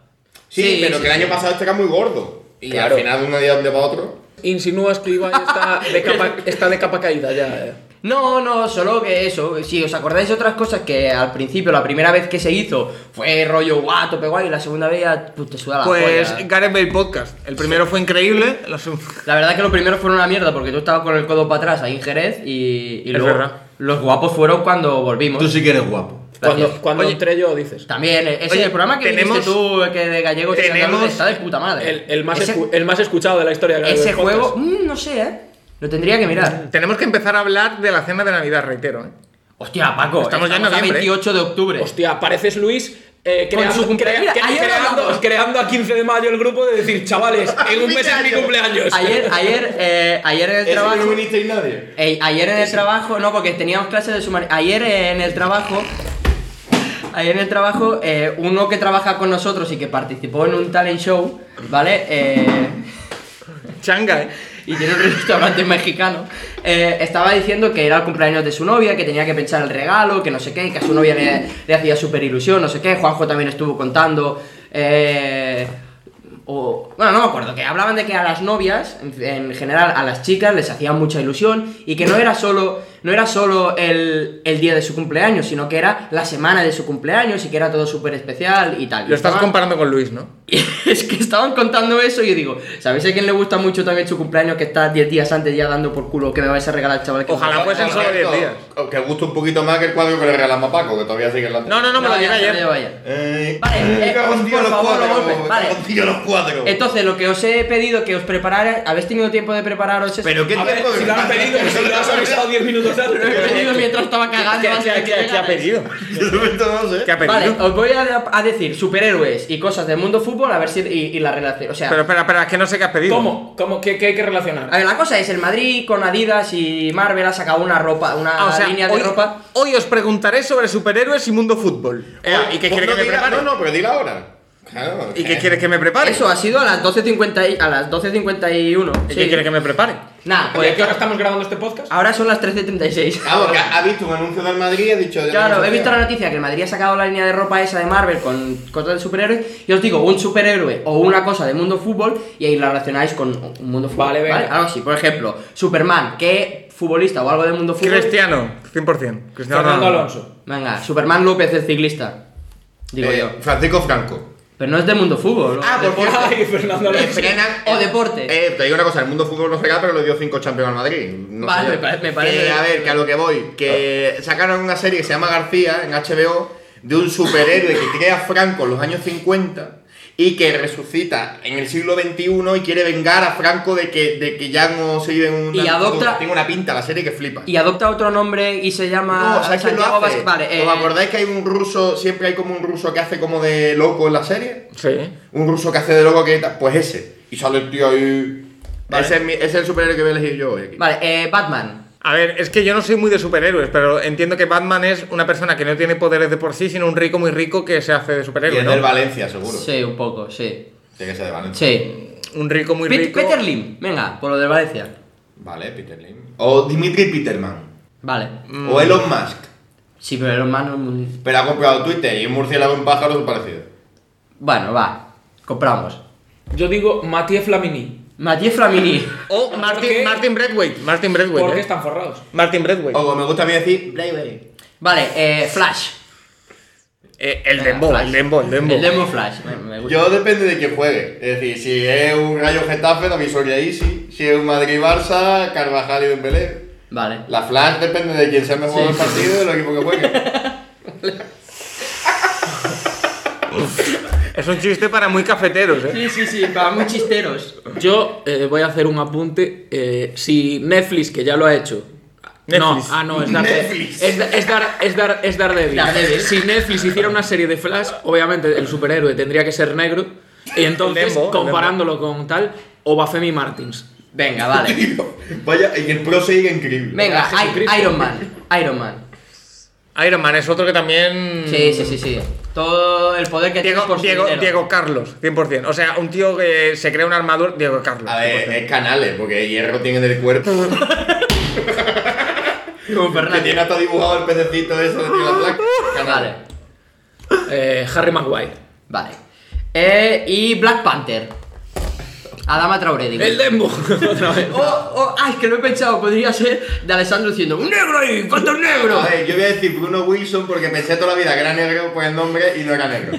Speaker 4: Sí,
Speaker 2: Sí,
Speaker 4: pero
Speaker 2: sí,
Speaker 4: que el
Speaker 2: sí.
Speaker 4: año pasado este era muy gordo. Y
Speaker 5: Claro.
Speaker 4: al final de un día de un día para otro.
Speaker 5: Insinúas que Ibai está de capa, está de capa caída ya. eh.
Speaker 2: No, no, solo que eso, si os acordáis de otras cosas que al principio, la primera vez que se hizo, fue rollo guato, pero guay, y la segunda vez ya pues, te suda la
Speaker 3: Pues
Speaker 2: polla.
Speaker 3: Gareth Bale Podcast. El primero fue increíble, la seg-
Speaker 2: La verdad que los primeros fueron una mierda porque tú estabas con el codo para atrás ahí en Jerez y, y
Speaker 3: Es
Speaker 2: luego
Speaker 3: verdad.
Speaker 2: los guapos fueron cuando volvimos.
Speaker 6: Tú sí que eres guapo.
Speaker 5: Cuando,
Speaker 2: Gracias.
Speaker 5: cuando
Speaker 3: Oye,
Speaker 5: entré yo dices.
Speaker 2: También, eh, ese
Speaker 3: Oye,
Speaker 2: es el programa que
Speaker 3: tenemos-
Speaker 2: tenemos, tú, eh, que de gallego
Speaker 3: tenemos
Speaker 2: está de puta madre.
Speaker 5: El, el más
Speaker 2: ese,
Speaker 5: escu- el más escuchado de la historia de
Speaker 2: ese
Speaker 5: Galvez Podcast.
Speaker 2: juego, mm, no sé, eh. Lo tendría que mirar.
Speaker 3: Tenemos que empezar a hablar de la cena de Navidad, reitero. ¿eh?
Speaker 2: Hostia, Paco,
Speaker 3: Estamos ya en
Speaker 2: a
Speaker 3: noviembre,
Speaker 2: 28 de octubre.
Speaker 5: Hostia, pareces Luis eh,
Speaker 2: Con
Speaker 5: creando,
Speaker 2: su cumpleaños.
Speaker 5: crea-
Speaker 2: Mira,
Speaker 5: cre-
Speaker 2: ayer
Speaker 5: creando,
Speaker 2: hablamos.
Speaker 5: creando a 15 de mayo el grupo de decir, chavales, en un mes es mi cumpleaños.
Speaker 2: Ayer, ayer, eh, ayer en el
Speaker 6: Ese que
Speaker 2: trabajo.
Speaker 6: no vinisteis nadie.
Speaker 2: Ey, ayer en el trabajo, no, porque teníamos clases de sumar. Ayer eh, en el trabajo. Ayer en el trabajo, eh, uno que trabaja con nosotros y que participó en un talent show, ¿vale? Eh,
Speaker 3: Changa, ¿eh?
Speaker 2: y tiene un restaurante mexicano. eh, estaba diciendo que era el cumpleaños de su novia, que tenía que pensar el regalo, que no sé qué, que a su novia le, le hacía súper ilusión, no sé qué. Juanjo también estuvo contando. eh, o, bueno, no me acuerdo, que hablaban de que a las novias, en, en general a las chicas, les hacía mucha ilusión y que no era solo, no era solo el, el día de su cumpleaños, sino que era la semana de su cumpleaños y que era todo súper especial y tal. Y
Speaker 3: Lo estás
Speaker 2: estaban-
Speaker 3: comparando con Luis, ¿no?
Speaker 2: y es que estaban contando eso y yo digo, ¿sabéis a quién le gusta mucho también su cumpleaños que está 10 días antes ya dando por culo que me vais a regalar, chaval? Que
Speaker 3: Ojalá
Speaker 2: me-
Speaker 3: fuesen
Speaker 4: Por
Speaker 3: solo
Speaker 4: cierto,
Speaker 3: 10 días.
Speaker 4: Que gusta un poquito más que el cuadro que le regalamos a Paco, que todavía sigue en la
Speaker 3: No, no, no, me
Speaker 2: No,
Speaker 3: lo
Speaker 2: ya,
Speaker 3: llevé
Speaker 2: ya
Speaker 3: ayer.
Speaker 2: lo llevo ayer.
Speaker 4: Eh,
Speaker 2: Vale,
Speaker 4: me
Speaker 2: eh,
Speaker 4: cago en
Speaker 2: por
Speaker 4: Dios, los
Speaker 2: favor,
Speaker 4: cuatro,
Speaker 2: no golpes,
Speaker 4: me
Speaker 2: vale.
Speaker 4: cago en Dios, los cuatro.
Speaker 2: Entonces, lo que os he pedido que os preparara, ¿habéis tenido tiempo de prepararos eso?
Speaker 4: Pero qué
Speaker 5: A ver,
Speaker 4: tiempo
Speaker 5: si lo han pedido, si lo has avisado 10 minutos
Speaker 2: Lo he
Speaker 5: antes.
Speaker 2: pedido mientras estaba cagando.
Speaker 3: ¿Qué,
Speaker 2: antes de
Speaker 3: qué-
Speaker 2: que
Speaker 3: qué- qué ha
Speaker 2: llegarais.
Speaker 3: pedido?
Speaker 4: Yo de momento no sé.
Speaker 3: ¿Qué ha
Speaker 2: Vale,
Speaker 3: pedido?
Speaker 2: os voy a, a decir superhéroes y cosas del mundo fútbol, a ver si. y, y la relación. O sea,
Speaker 3: Pero espera, espera, es que no sé qué has pedido.
Speaker 5: ¿Cómo? ¿Cómo? ¿Qué, qué hay que relacionar?
Speaker 2: a ver, la cosa es: el Madrid con Adidas y Marvel ha sacado una ropa, una
Speaker 3: Ah, o sea,
Speaker 2: línea de
Speaker 3: hoy,
Speaker 2: ropa.
Speaker 3: hoy os preguntaré sobre superhéroes y mundo fútbol. Eh, ¿Y qué
Speaker 4: Pues
Speaker 3: quieres
Speaker 4: no
Speaker 3: que me
Speaker 4: digas-
Speaker 3: prepare?
Speaker 4: No, no, pero dile ahora. Claro, eh.
Speaker 3: ¿Y qué
Speaker 4: que-
Speaker 3: quieres que me prepare?
Speaker 2: Eso ha sido a las 12.50 y- a las 12.51.
Speaker 3: ¿Y
Speaker 2: sí.
Speaker 3: qué quieres que me prepare?
Speaker 2: Nah,
Speaker 5: ¿Y
Speaker 2: pues
Speaker 5: a qué hora estamos grabando este podcast?
Speaker 2: ahora son las 13.36.
Speaker 4: Ah, porque ha ha visto un anuncio del Madrid y ha dicho. ya
Speaker 2: Claro,
Speaker 4: tengo
Speaker 2: he visto la
Speaker 4: idea.
Speaker 2: noticia que el Madrid ha sacado la línea de ropa esa de Marvel con cosas de superhéroes. Y os digo, un superhéroe o una cosa de mundo fútbol y ahí la relacionáis con un mundo fútbol.
Speaker 5: Vale, venga.
Speaker 2: Algo así, por ejemplo, Superman, ¿qué futbolista o algo de mundo fútbol?
Speaker 3: Cristiano, 100%. Cristiano
Speaker 5: Fernando
Speaker 3: Ronaldo.
Speaker 5: Alonso.
Speaker 2: Venga, Superman López, el ciclista. Digo
Speaker 4: Eh,
Speaker 2: yo.
Speaker 4: Francisco Franco.
Speaker 2: Pero no es de mundo fútbol. ¿no?
Speaker 4: Ah,
Speaker 2: De-
Speaker 4: por cierto.
Speaker 5: Ay, Fernando Alonso.
Speaker 4: Frenan-
Speaker 2: Eh, o deporte.
Speaker 4: Eh, te digo una cosa, el mundo fútbol no se gana, pero le dio 5 Champions al Madrid. No
Speaker 2: Vale,
Speaker 4: sé yo.
Speaker 2: me pare- me parece-
Speaker 4: Que, a ver, que a lo que voy, que sacaron una serie que se llama García en HBO de un superhéroe que crea Franco en los años 50 y que resucita en el siglo XXI y quiere vengar a Franco de que, de que ya no se vive en una.
Speaker 2: Y adopta-
Speaker 4: Tiene una pinta la serie que flipa.
Speaker 2: Y adopta otro nombre y se llama
Speaker 4: No, ¿sabes quién lo
Speaker 2: Santiago
Speaker 4: hace?
Speaker 2: Vaz- Vale, eh,
Speaker 4: ¿Os acordáis que hay un ruso, siempre hay como un ruso que hace como de loco en la serie?
Speaker 3: Sí.
Speaker 4: Un ruso que hace de loco que ta- pues ese. Y sale el tío ahí. Ese, es mi- ese es el superhéroe que voy a elegir yo hoy aquí.
Speaker 2: Vale, eh, Batman.
Speaker 3: A ver, es que yo no soy muy de superhéroes, pero entiendo que Batman es una persona que no tiene poderes de por sí, sino un rico muy rico que se hace de
Speaker 4: Y
Speaker 3: superhéroe.
Speaker 4: es
Speaker 3: ¿no?
Speaker 4: del Valencia, seguro.
Speaker 2: Sí, un poco, sí.
Speaker 4: Tiene que ser de Valencia.
Speaker 2: Sí.
Speaker 3: Un rico muy
Speaker 2: Pet-
Speaker 3: rico.
Speaker 2: Peter Lim, venga, por lo de Valencia.
Speaker 4: Vale, Peter Lim. O Dimitri Peterman.
Speaker 2: Vale.
Speaker 4: O Elon Musk.
Speaker 2: Sí, pero el hermano. es un-
Speaker 4: Pero ha comprado Twitter y un murciélago en pájaro es parecido.
Speaker 2: Bueno, va. Compramos.
Speaker 5: Yo digo Mathieu Flamini.
Speaker 2: Mathieu Flamini.
Speaker 3: O
Speaker 5: ¿Por qué?
Speaker 3: Martin, Martin Braithwaite. Martin
Speaker 5: ¿Por
Speaker 3: Braithwaite.
Speaker 5: qué
Speaker 3: eh.
Speaker 5: están forrados?
Speaker 3: Martin Braithwaite.
Speaker 4: O como me gusta a mí decir, Blackberry.
Speaker 2: Vale, eh, Flash.
Speaker 3: Eh, el
Speaker 2: Venga,
Speaker 3: Dembo,
Speaker 2: Flash.
Speaker 3: el Dembo, el Dembo.
Speaker 2: El Demo Flash. Me, me gusta.
Speaker 4: Yo depende de quién juegue. Es decir, si es un Rayo Getafe, David Soria Easy. Si es un Madrid-Barça, Carvajal y Dembélé.
Speaker 2: Vale.
Speaker 4: La Flash depende de quién sea el mejor
Speaker 2: Sí.
Speaker 4: del partido y del equipo que juegue.
Speaker 3: Es un chiste para muy cafeteros, eh.
Speaker 2: Sí, sí, sí, para muy chisteros.
Speaker 5: Yo eh, voy a hacer un apunte. eh, si Netflix, que ya lo ha hecho. No,
Speaker 3: Netflix.
Speaker 5: ah, no, es Daredevil.
Speaker 4: Netflix.
Speaker 5: Es, da- es, Dar- es, Dar- es Daredevil.
Speaker 2: Daredevil.
Speaker 5: Si Netflix hiciera una serie de Flash, obviamente el superhéroe tendría que ser negro. Y entonces,
Speaker 3: Lembo, el
Speaker 5: comparándolo con tal, Obafemi Martins.
Speaker 2: Venga, vale.
Speaker 4: Vaya, en el pro sigue increíble.
Speaker 2: Venga,
Speaker 5: Gracias,
Speaker 2: I-
Speaker 5: Jesucristo.
Speaker 2: Iron Man. Iron Man.
Speaker 3: Iron Man es otro que también.
Speaker 2: Sí, sí, sí, sí. Todo el poder que
Speaker 3: Diego,
Speaker 2: tienes por su
Speaker 3: Diego,
Speaker 2: dinero.
Speaker 3: Diego Carlos, 100%. O sea, un tío que se crea una armadura. Diego Carlos.
Speaker 4: A ver,
Speaker 3: 100%.
Speaker 4: es canales, porque hierro tiene en el cuerpo.
Speaker 2: Como
Speaker 4: que
Speaker 2: Fernández.
Speaker 4: tiene hasta dibujado el pececito eso de la placa.
Speaker 2: Vale,
Speaker 5: Eh, Harry Maguire.
Speaker 2: vale. Eh, y Black Panther. Adama Traoré, digo.
Speaker 5: El Dembo. Otra vez.
Speaker 2: Oh, oh, ah, es que lo he pensado, podría ser de Alessandro diciendo ¡Un negro ahí! ¡Cuánto es negro!
Speaker 4: A ver, yo voy a decir Bruno Wilson porque pensé toda la vida que era negro por el nombre y no era negro.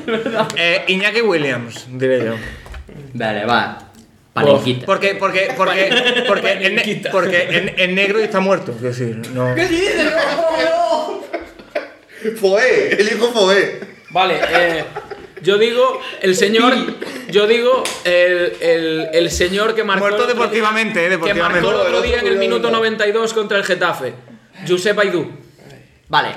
Speaker 3: Eh, Iñaki Williams, diré yo.
Speaker 2: Vale, va. Palinquita.
Speaker 3: Porque, porque, porque, porque, el, ne-
Speaker 5: Paniquita.
Speaker 3: porque el- el negro está muerto. Es decir, no.
Speaker 2: dices?
Speaker 4: Foé, el hijo Foé.
Speaker 5: Vale, eh, Yo digo, el señor. Yo digo, el, el- el señor que marcó.
Speaker 3: Muerto
Speaker 5: el otro día-
Speaker 3: deportivamente, eh,
Speaker 5: Que
Speaker 3: deportivamente.
Speaker 5: marcó el otro día en el
Speaker 6: Cuidado,
Speaker 5: minuto
Speaker 6: cuidado.
Speaker 5: 92 contra el Getafe. Josep Aidú.
Speaker 2: Vale.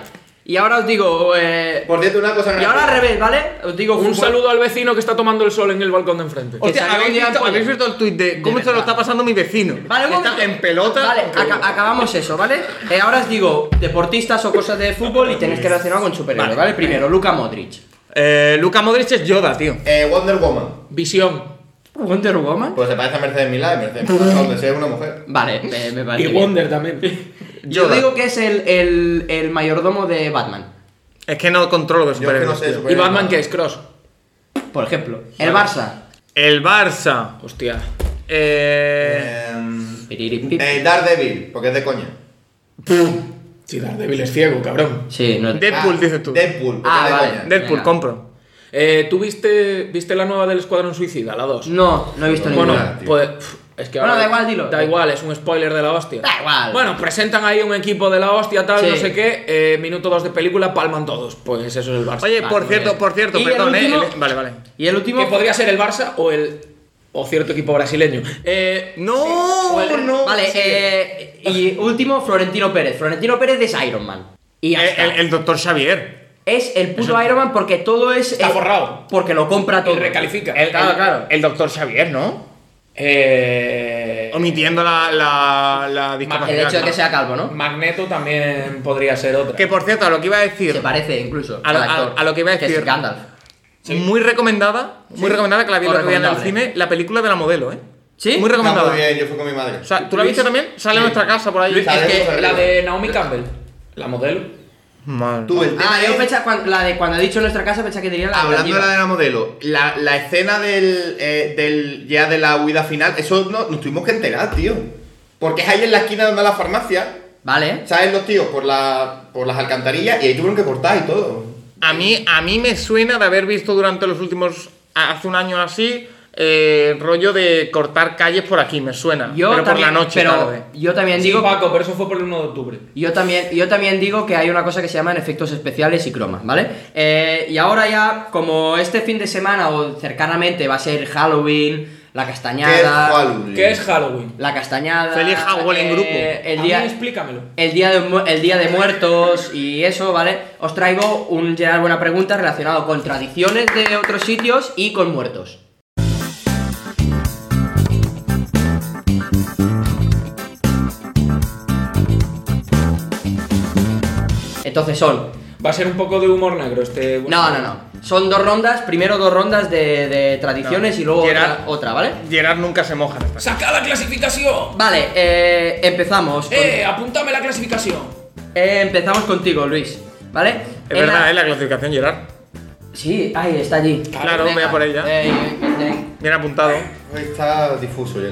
Speaker 2: Y ahora os digo. eh,
Speaker 4: Por cierto, una cosa.
Speaker 2: y ahora al revés, ¿vale? Os digo
Speaker 5: Un
Speaker 2: fútbol.
Speaker 5: saludo al vecino que está tomando el sol en el balcón de enfrente.
Speaker 2: Que
Speaker 3: Hostia,
Speaker 2: salió un
Speaker 3: ¿habéis
Speaker 2: día en
Speaker 3: visto,
Speaker 2: polla.
Speaker 3: habéis visto el tuit de cómo se lo está pasando mi vecino?
Speaker 2: Vale, un
Speaker 3: está
Speaker 2: momento.
Speaker 3: en pelota.
Speaker 2: Vale, aca- acabamos eso, ¿vale? Eh, ahora os digo deportistas o cosas de fútbol y tenéis que relacionar con superhéroes,
Speaker 3: Vale.
Speaker 2: ¿vale? Primero, Luka Modric.
Speaker 3: Eh, Luca Modric es Yoda, tío.
Speaker 4: Eh, Wonder Woman.
Speaker 5: Visión.
Speaker 2: Wonder Woman.
Speaker 4: Pues se parece a Mercedes Milá y Mercedes Milá, donde sea una mujer.
Speaker 2: Vale, me, me parece. bien.
Speaker 5: también.
Speaker 2: Yo
Speaker 3: Yoda.
Speaker 2: digo que es el, el, el mayordomo de Batman,
Speaker 3: Es que no controlo los
Speaker 4: Yo es que no
Speaker 3: superhéroes.
Speaker 4: sé.
Speaker 3: tío.
Speaker 5: ¿Y Batman qué es? Cross.
Speaker 2: por ejemplo. El Barça.
Speaker 3: El Barça.
Speaker 5: Hostia.
Speaker 3: Eh,
Speaker 4: Eh,
Speaker 2: Piriripi.
Speaker 4: eh, Daredevil, porque es de coña.
Speaker 5: Si Daredevil es ciego, cabrón.
Speaker 2: Sí, no es-
Speaker 3: Deadpool,
Speaker 4: Ah,
Speaker 3: dices tú.
Speaker 4: Deadpool, porque
Speaker 2: Ah,
Speaker 4: es de
Speaker 2: vale.
Speaker 4: coña.
Speaker 3: Deadpool,
Speaker 2: Venga.
Speaker 3: compro.
Speaker 5: Eh, ¿Tú viste, viste la nueva del Escuadrón Suicida, la 2?
Speaker 2: No, no he visto
Speaker 5: Bueno,
Speaker 2: ninguna.
Speaker 4: Ninguna, tío.
Speaker 5: pues. pf, Es que
Speaker 2: Bueno,
Speaker 5: ahora-
Speaker 2: da igual, dilo.
Speaker 5: Da igual, es un spoiler de la hostia.
Speaker 2: Da igual.
Speaker 5: Bueno, presentan ahí un equipo de la hostia, tal,
Speaker 2: Sí.
Speaker 5: no sé qué. eh, minuto 2 de película, palman todos. Pues eso es el Barça.
Speaker 3: Oye,
Speaker 2: Vale,
Speaker 3: por
Speaker 2: muy
Speaker 3: cierto,
Speaker 2: bien.
Speaker 3: por cierto,
Speaker 2: Y el
Speaker 3: perdón, eh.
Speaker 2: último-
Speaker 3: el- Vale, vale.
Speaker 2: Y el último.
Speaker 5: que podría ser el Barça o el. o cierto equipo brasileño. Eh,
Speaker 3: No, no.
Speaker 2: Vale, eh, y último, Florentino Pérez. Florentino Pérez es Iron Man. Y ya
Speaker 3: El,
Speaker 2: está.
Speaker 3: Eh, el- el doctor Xavier.
Speaker 2: es el puto Iron Man porque todo es.
Speaker 5: Está
Speaker 2: eh,
Speaker 5: forrado.
Speaker 2: Porque lo compra todo.
Speaker 5: y recalifica.
Speaker 3: El,
Speaker 5: Claro,
Speaker 3: el-
Speaker 5: claro.
Speaker 3: el doctor Xavier, ¿no?
Speaker 5: Eh,
Speaker 3: Omitiendo la, la, la discapacidad.
Speaker 2: El hecho de
Speaker 3: ¿no?
Speaker 2: que sea calvo, ¿no?
Speaker 5: Magneto también podría ser otra.
Speaker 3: Que, por cierto, a lo que iba a decir.
Speaker 2: Se parece incluso.
Speaker 3: A lo-
Speaker 2: al actor,
Speaker 3: a- a lo que iba a
Speaker 2: es
Speaker 3: decir.
Speaker 2: Gandalf.
Speaker 3: Muy recomendada, muy recomendada que la vi
Speaker 2: Muy
Speaker 3: el otro día en el
Speaker 2: recomendable.
Speaker 3: cine, la película de la modelo, ¿eh?
Speaker 2: ¿Sí?
Speaker 3: Muy
Speaker 4: Está
Speaker 3: recomendada.
Speaker 4: muy bien, yo fui con mi madre.
Speaker 3: O sea, ¿tú la viste también? Sale a nuestra casa por ahí.
Speaker 5: Luis,
Speaker 4: Sabemos
Speaker 5: es que
Speaker 4: arriba.
Speaker 5: la de Eh, Naomi Campbell, la modelo.
Speaker 3: Madre.
Speaker 4: Tú, el
Speaker 2: Ah,
Speaker 4: tema
Speaker 2: yo
Speaker 4: es-
Speaker 2: pensaba cuan- la de cuando ha dicho nuestra casa, pensaba que tenía la
Speaker 4: Hablando de la
Speaker 2: la-
Speaker 4: de la modelo, la, la escena del, eh, del ya de la huida final, eso no, nos tuvimos que enterar, tío. Porque es ahí en la esquina donde la farmacia,
Speaker 2: Vale.
Speaker 4: salen los tíos por, la, por las alcantarillas y ahí tuvieron que cortar y todo.
Speaker 3: A mí, a mí me suena de haber visto durante los últimos. hace un año así. eh, rollo de cortar calles por aquí, me suena.
Speaker 2: Yo
Speaker 3: pero por
Speaker 2: también,
Speaker 3: la noche eh.
Speaker 2: pero
Speaker 3: tarde.
Speaker 2: Yo también
Speaker 5: Sí,
Speaker 2: digo.
Speaker 5: Paco, pero eso fue por el 1 de octubre.
Speaker 2: Yo también, yo también digo que hay una cosa que se llaman efectos especiales y cromas, ¿vale? Eh, y ahora ya, como este fin de semana o cercanamente va a ser Halloween, la
Speaker 4: ¿Qué es
Speaker 2: castañada,
Speaker 4: Halloween?
Speaker 5: ¿Qué es Halloween?
Speaker 2: la castañada, eh,
Speaker 3: Feliz Halloween, grupo.
Speaker 2: el
Speaker 5: A
Speaker 2: día,
Speaker 5: mí explícamelo.
Speaker 2: el día de mu- el día de muertos y eso, ¿vale? Os traigo un Gerard buena pregunta relacionado con tradiciones de otros sitios y con muertos. Entonces son
Speaker 5: Va a ser un poco de humor negro este.
Speaker 2: no, no, no. Son dos rondas, primero dos rondas de, de tradiciones
Speaker 3: No.
Speaker 2: y luego
Speaker 3: Gerard-
Speaker 2: otra, otra, ¿vale?
Speaker 3: Gerard nunca se moja.
Speaker 5: ¡Saca la clasificación!
Speaker 2: Vale, eh, empezamos. con-
Speaker 5: ¡Eh! ¡Apúntame la clasificación!
Speaker 2: eh, empezamos contigo, Luis. ¿Vale?
Speaker 3: Es
Speaker 2: En
Speaker 3: verdad,
Speaker 2: la-
Speaker 3: ¿eh? La clasificación, Gerard.
Speaker 2: Sí, ahí está allí.
Speaker 3: Claro, voy a por ella.
Speaker 2: Eh, eh,
Speaker 3: Bien apuntado.
Speaker 4: Hoy Está difuso, ya.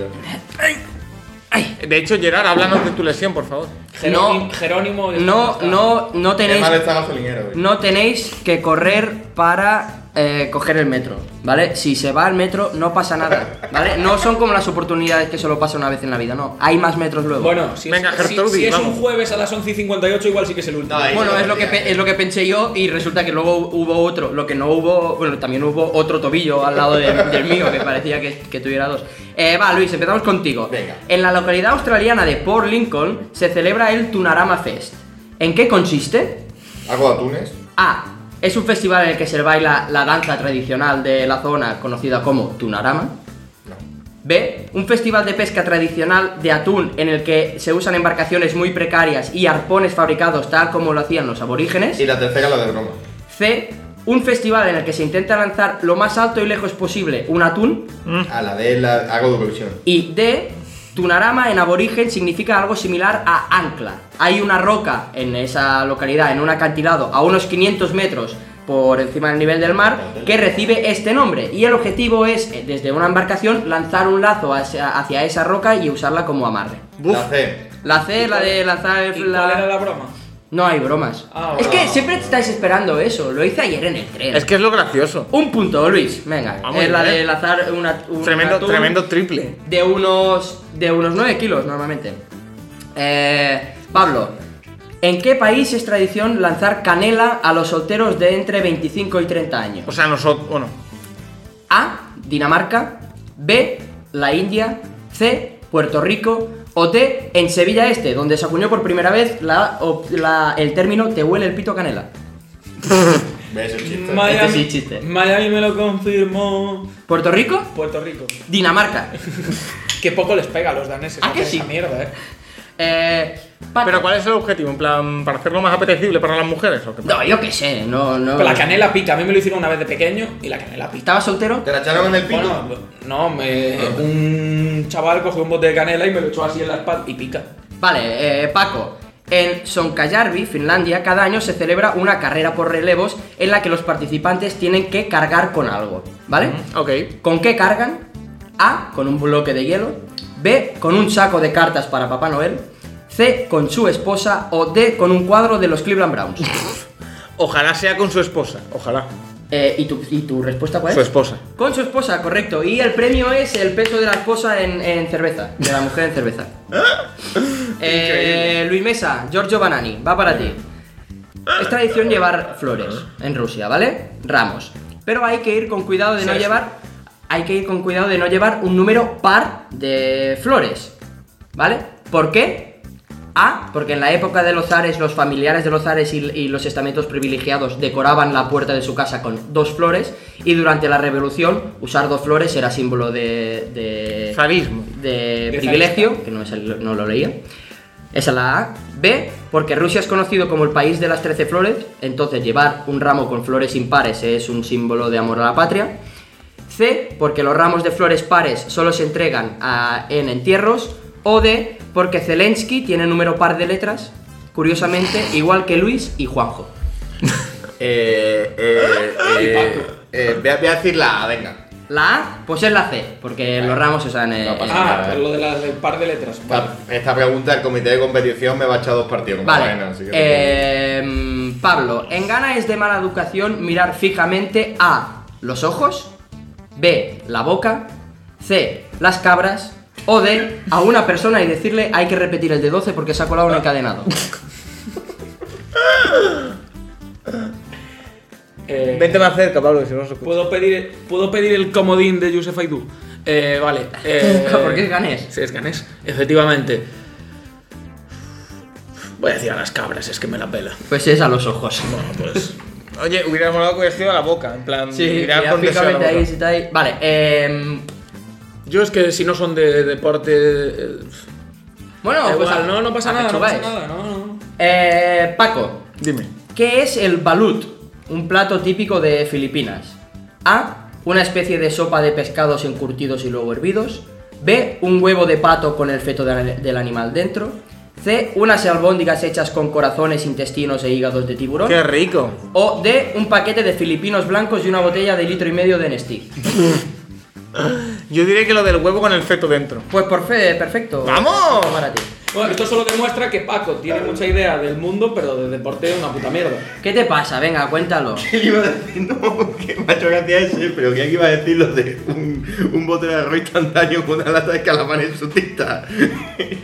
Speaker 3: De hecho, Gerard, háblanos de tu lesión, por favor.
Speaker 5: Jerónimo. Jerónimo
Speaker 2: eh, No, no, no
Speaker 4: Qué
Speaker 2: tenéis.
Speaker 4: mal está gasolinero, güey.
Speaker 2: No tenéis que correr para eh, coger el metro, ¿vale? Si se va al metro, no pasa nada, ¿vale? No son como las oportunidades que solo pasa una vez en la vida, no. Hay más metros luego.
Speaker 5: Bueno, si,
Speaker 3: Venga,
Speaker 5: es,
Speaker 3: Gertrudis,
Speaker 5: si, si es un
Speaker 3: vamos.
Speaker 5: jueves a las 11 y 58, igual sí que es el último.
Speaker 4: No, ahí.
Speaker 2: Bueno, es lo, que pe- es lo que pensé yo y resulta que luego hubo otro, lo que no hubo, bueno, también hubo otro tobillo al lado de- del mío que parecía que, que tuviera dos. Eh, va, Luis, empezamos contigo.
Speaker 4: Venga.
Speaker 2: En la localidad australiana de Port Lincoln se celebra el Tunarama Fest. ¿En qué consiste?
Speaker 4: ¿Algo de atunes?
Speaker 2: A. Es un festival en el que se baila la danza tradicional de la zona conocida como Tunarama.
Speaker 4: No.
Speaker 2: B. Un festival de pesca tradicional de atún en el que se usan embarcaciones muy precarias y arpones fabricados tal como lo hacían los aborígenes.
Speaker 4: Y la tercera, la de broma.
Speaker 2: C. Un festival en el que se intenta lanzar lo más alto y lejos posible un atún.
Speaker 4: A la de la. Hago doble visión.
Speaker 2: Y D. Tunarama en aborigen significa algo similar a ancla. Hay una roca en esa localidad, en un acantilado, a unos 500 metros por encima del nivel del mar, que recibe este nombre. Y el objetivo es, eh, desde una embarcación, lanzar un lazo hacia, hacia esa roca y usarla como amarre.
Speaker 3: Buf.
Speaker 4: La C.
Speaker 2: La C, la de lanzar
Speaker 5: ¿Y
Speaker 2: el...
Speaker 5: cuál era
Speaker 2: la-
Speaker 5: la broma?
Speaker 2: No hay bromas.
Speaker 5: Ah,
Speaker 2: Es que
Speaker 5: bueno.
Speaker 2: siempre estáis esperando eso. Lo hice ayer en el tren.
Speaker 3: Es que es lo gracioso.
Speaker 2: Un punto, Luis. Venga,
Speaker 3: Vamos,
Speaker 2: es la
Speaker 3: Ah, bien. ¿eh?
Speaker 2: de lanzar una, un
Speaker 3: Tremendo,
Speaker 2: atún
Speaker 3: tremendo triple.
Speaker 2: De unos, de unos 9 kilos normalmente. Eh, Pablo, ¿En qué país es tradición lanzar canela a los solteros de entre 25 y 30 años?
Speaker 3: O sea, nosotros. Bueno,
Speaker 2: A. Dinamarca. B. La India. C. Puerto Rico. O D. En Sevilla Este, donde se acuñó por primera vez la, op- la- el término te huele el pito a canela.
Speaker 6: ¿Ves el chiste?
Speaker 2: Este
Speaker 7: Miami,
Speaker 2: sí, chiste.
Speaker 7: Miami me lo confirmó.
Speaker 2: ¿Puerto Rico?
Speaker 7: Puerto Rico.
Speaker 2: Dinamarca.
Speaker 7: Que poco les pega a los daneses.
Speaker 2: ¿Ah,
Speaker 7: ¿no?
Speaker 2: que sí?
Speaker 7: Esa mierda, eh.
Speaker 2: Eh, Paco.
Speaker 3: pero ¿cuál es el objetivo? ¿En plan, para hacerlo más apetecible para las mujeres? ¿o qué?
Speaker 2: No, yo qué sé, no, no.
Speaker 7: Pero la canela pica. A mí me lo hicieron una vez de pequeño y la canela pica.
Speaker 2: ¿Estaba soltero?
Speaker 4: ¿Te la echaron en el pito?
Speaker 7: Bueno, no, me, un chaval cogió un bote de canela y me lo echó así en la espalda y pica.
Speaker 2: Vale, eh, Paco. En Sonkajärvi, Finlandia, cada año se celebra una carrera por relevos en la que los participantes tienen que cargar con algo, ¿vale?
Speaker 3: Ok.
Speaker 2: ¿Con qué cargan? A. Con un bloque de hielo. B. Con un saco de cartas para Papá Noel. C. Con su esposa. O D. Con un cuadro de los Cleveland Browns.
Speaker 3: Ojalá sea con su esposa. Ojalá.
Speaker 2: Eh, ¿y, tu, ¿Y tu respuesta cuál es?
Speaker 3: Su esposa.
Speaker 2: Con su esposa, correcto. Y el premio es el peso de la esposa en, en cerveza. De la mujer en cerveza. Eh, Luis Mesa, Giorgio Banani, va para ti. Es tradición llevar flores en Rusia, ¿vale? Ramos. Pero hay que ir con cuidado de no llevar. Hay que ir con cuidado de no llevar un número par de flores. ¿Vale? ¿Por qué? A, porque en la época de los zares, los familiares de los zares y, y los estamentos privilegiados decoraban la puerta de su casa con dos flores y durante la revolución usar dos flores era símbolo de... de
Speaker 3: Zarismo.
Speaker 2: de
Speaker 7: De
Speaker 2: privilegio, que no, me salió- no lo leía. Esa es la A. B, porque Rusia es conocido como el país de las 13 flores, entonces llevar un ramo con flores impares es un símbolo de amor a la patria. C, porque los ramos de flores pares solo se entregan a- en entierros. O D, porque Zelensky tiene número par de letras, curiosamente, igual que Luis y Juanjo.
Speaker 4: Eh, eh, eh, eh, voy, a, voy a decir la A, venga.
Speaker 2: La A, pues es la C, porque los ramos se usan en...
Speaker 4: No pasa
Speaker 2: en-
Speaker 7: Ah,
Speaker 4: nada.
Speaker 7: pero lo de la- del par de letras. Vale.
Speaker 4: Esta, esta pregunta del comité de competición me va a echar dos partidos. como
Speaker 2: Vale.
Speaker 4: vaina, así que-
Speaker 2: Em, Pablo, en Ghana es de mala educación mirar fijamente a los ojos, B, la boca, C, las cabras, o D, a una persona y decirle hay que repetir el de 12 porque se ha colado un encadenado.
Speaker 7: Eh,
Speaker 3: Vente más cerca, Pablo, que si no se escucha.
Speaker 7: ¿puedo, pedir, ¿Puedo pedir el comodín de Yusef Aidú? Eh, vale. eh,
Speaker 2: ¿Por qué es ganés?
Speaker 7: Sí, es ganés, efectivamente. Voy a decir a las cabras, es que me la pela.
Speaker 2: Pues es a los ojos.
Speaker 7: Bueno, pues.
Speaker 3: Oye, hubiera molado que hubiera sido a la boca. En plan,
Speaker 2: Sí,
Speaker 3: mirar
Speaker 2: mira,
Speaker 3: con deseo a la
Speaker 2: fijamente
Speaker 3: boca.
Speaker 2: ahí, si está ahí. Vale, em,
Speaker 7: Yo es que si no son de deporte. eh,
Speaker 2: bueno,
Speaker 7: da
Speaker 2: pues
Speaker 7: igual,
Speaker 2: a-
Speaker 7: no, no pasa
Speaker 2: a
Speaker 7: nada, no pasa
Speaker 2: pechugáis.
Speaker 7: nada, no, no.
Speaker 2: Eh, Paco,
Speaker 3: Dime.
Speaker 2: ¿Qué es el balut? Un plato típico de Filipinas. A. Una especie de sopa de pescados encurtidos y luego hervidos. B. Un huevo de pato con el feto de- del animal dentro. C. Unas albóndigas hechas con corazones, intestinos e hígados de tiburón.
Speaker 3: Qué rico.
Speaker 2: O D. Un paquete de filipinos blancos y una botella de litro y medio de Nestí.
Speaker 3: Yo diré que lo del huevo con el feto dentro.
Speaker 2: Pues por fe, perfecto.
Speaker 3: ¡Vamos!
Speaker 2: Para ti.
Speaker 7: Bueno, esto solo demuestra que Paco tiene mucha idea del mundo, pero de deporte una puta mierda.
Speaker 2: ¿Qué te pasa? Venga, cuéntalo.
Speaker 4: ¿Qué iba a decir? No, que macho que hacía ese, pero que iba a decir lo de un, un bote de arroz instantáneo con una lata de calamar en su tinta.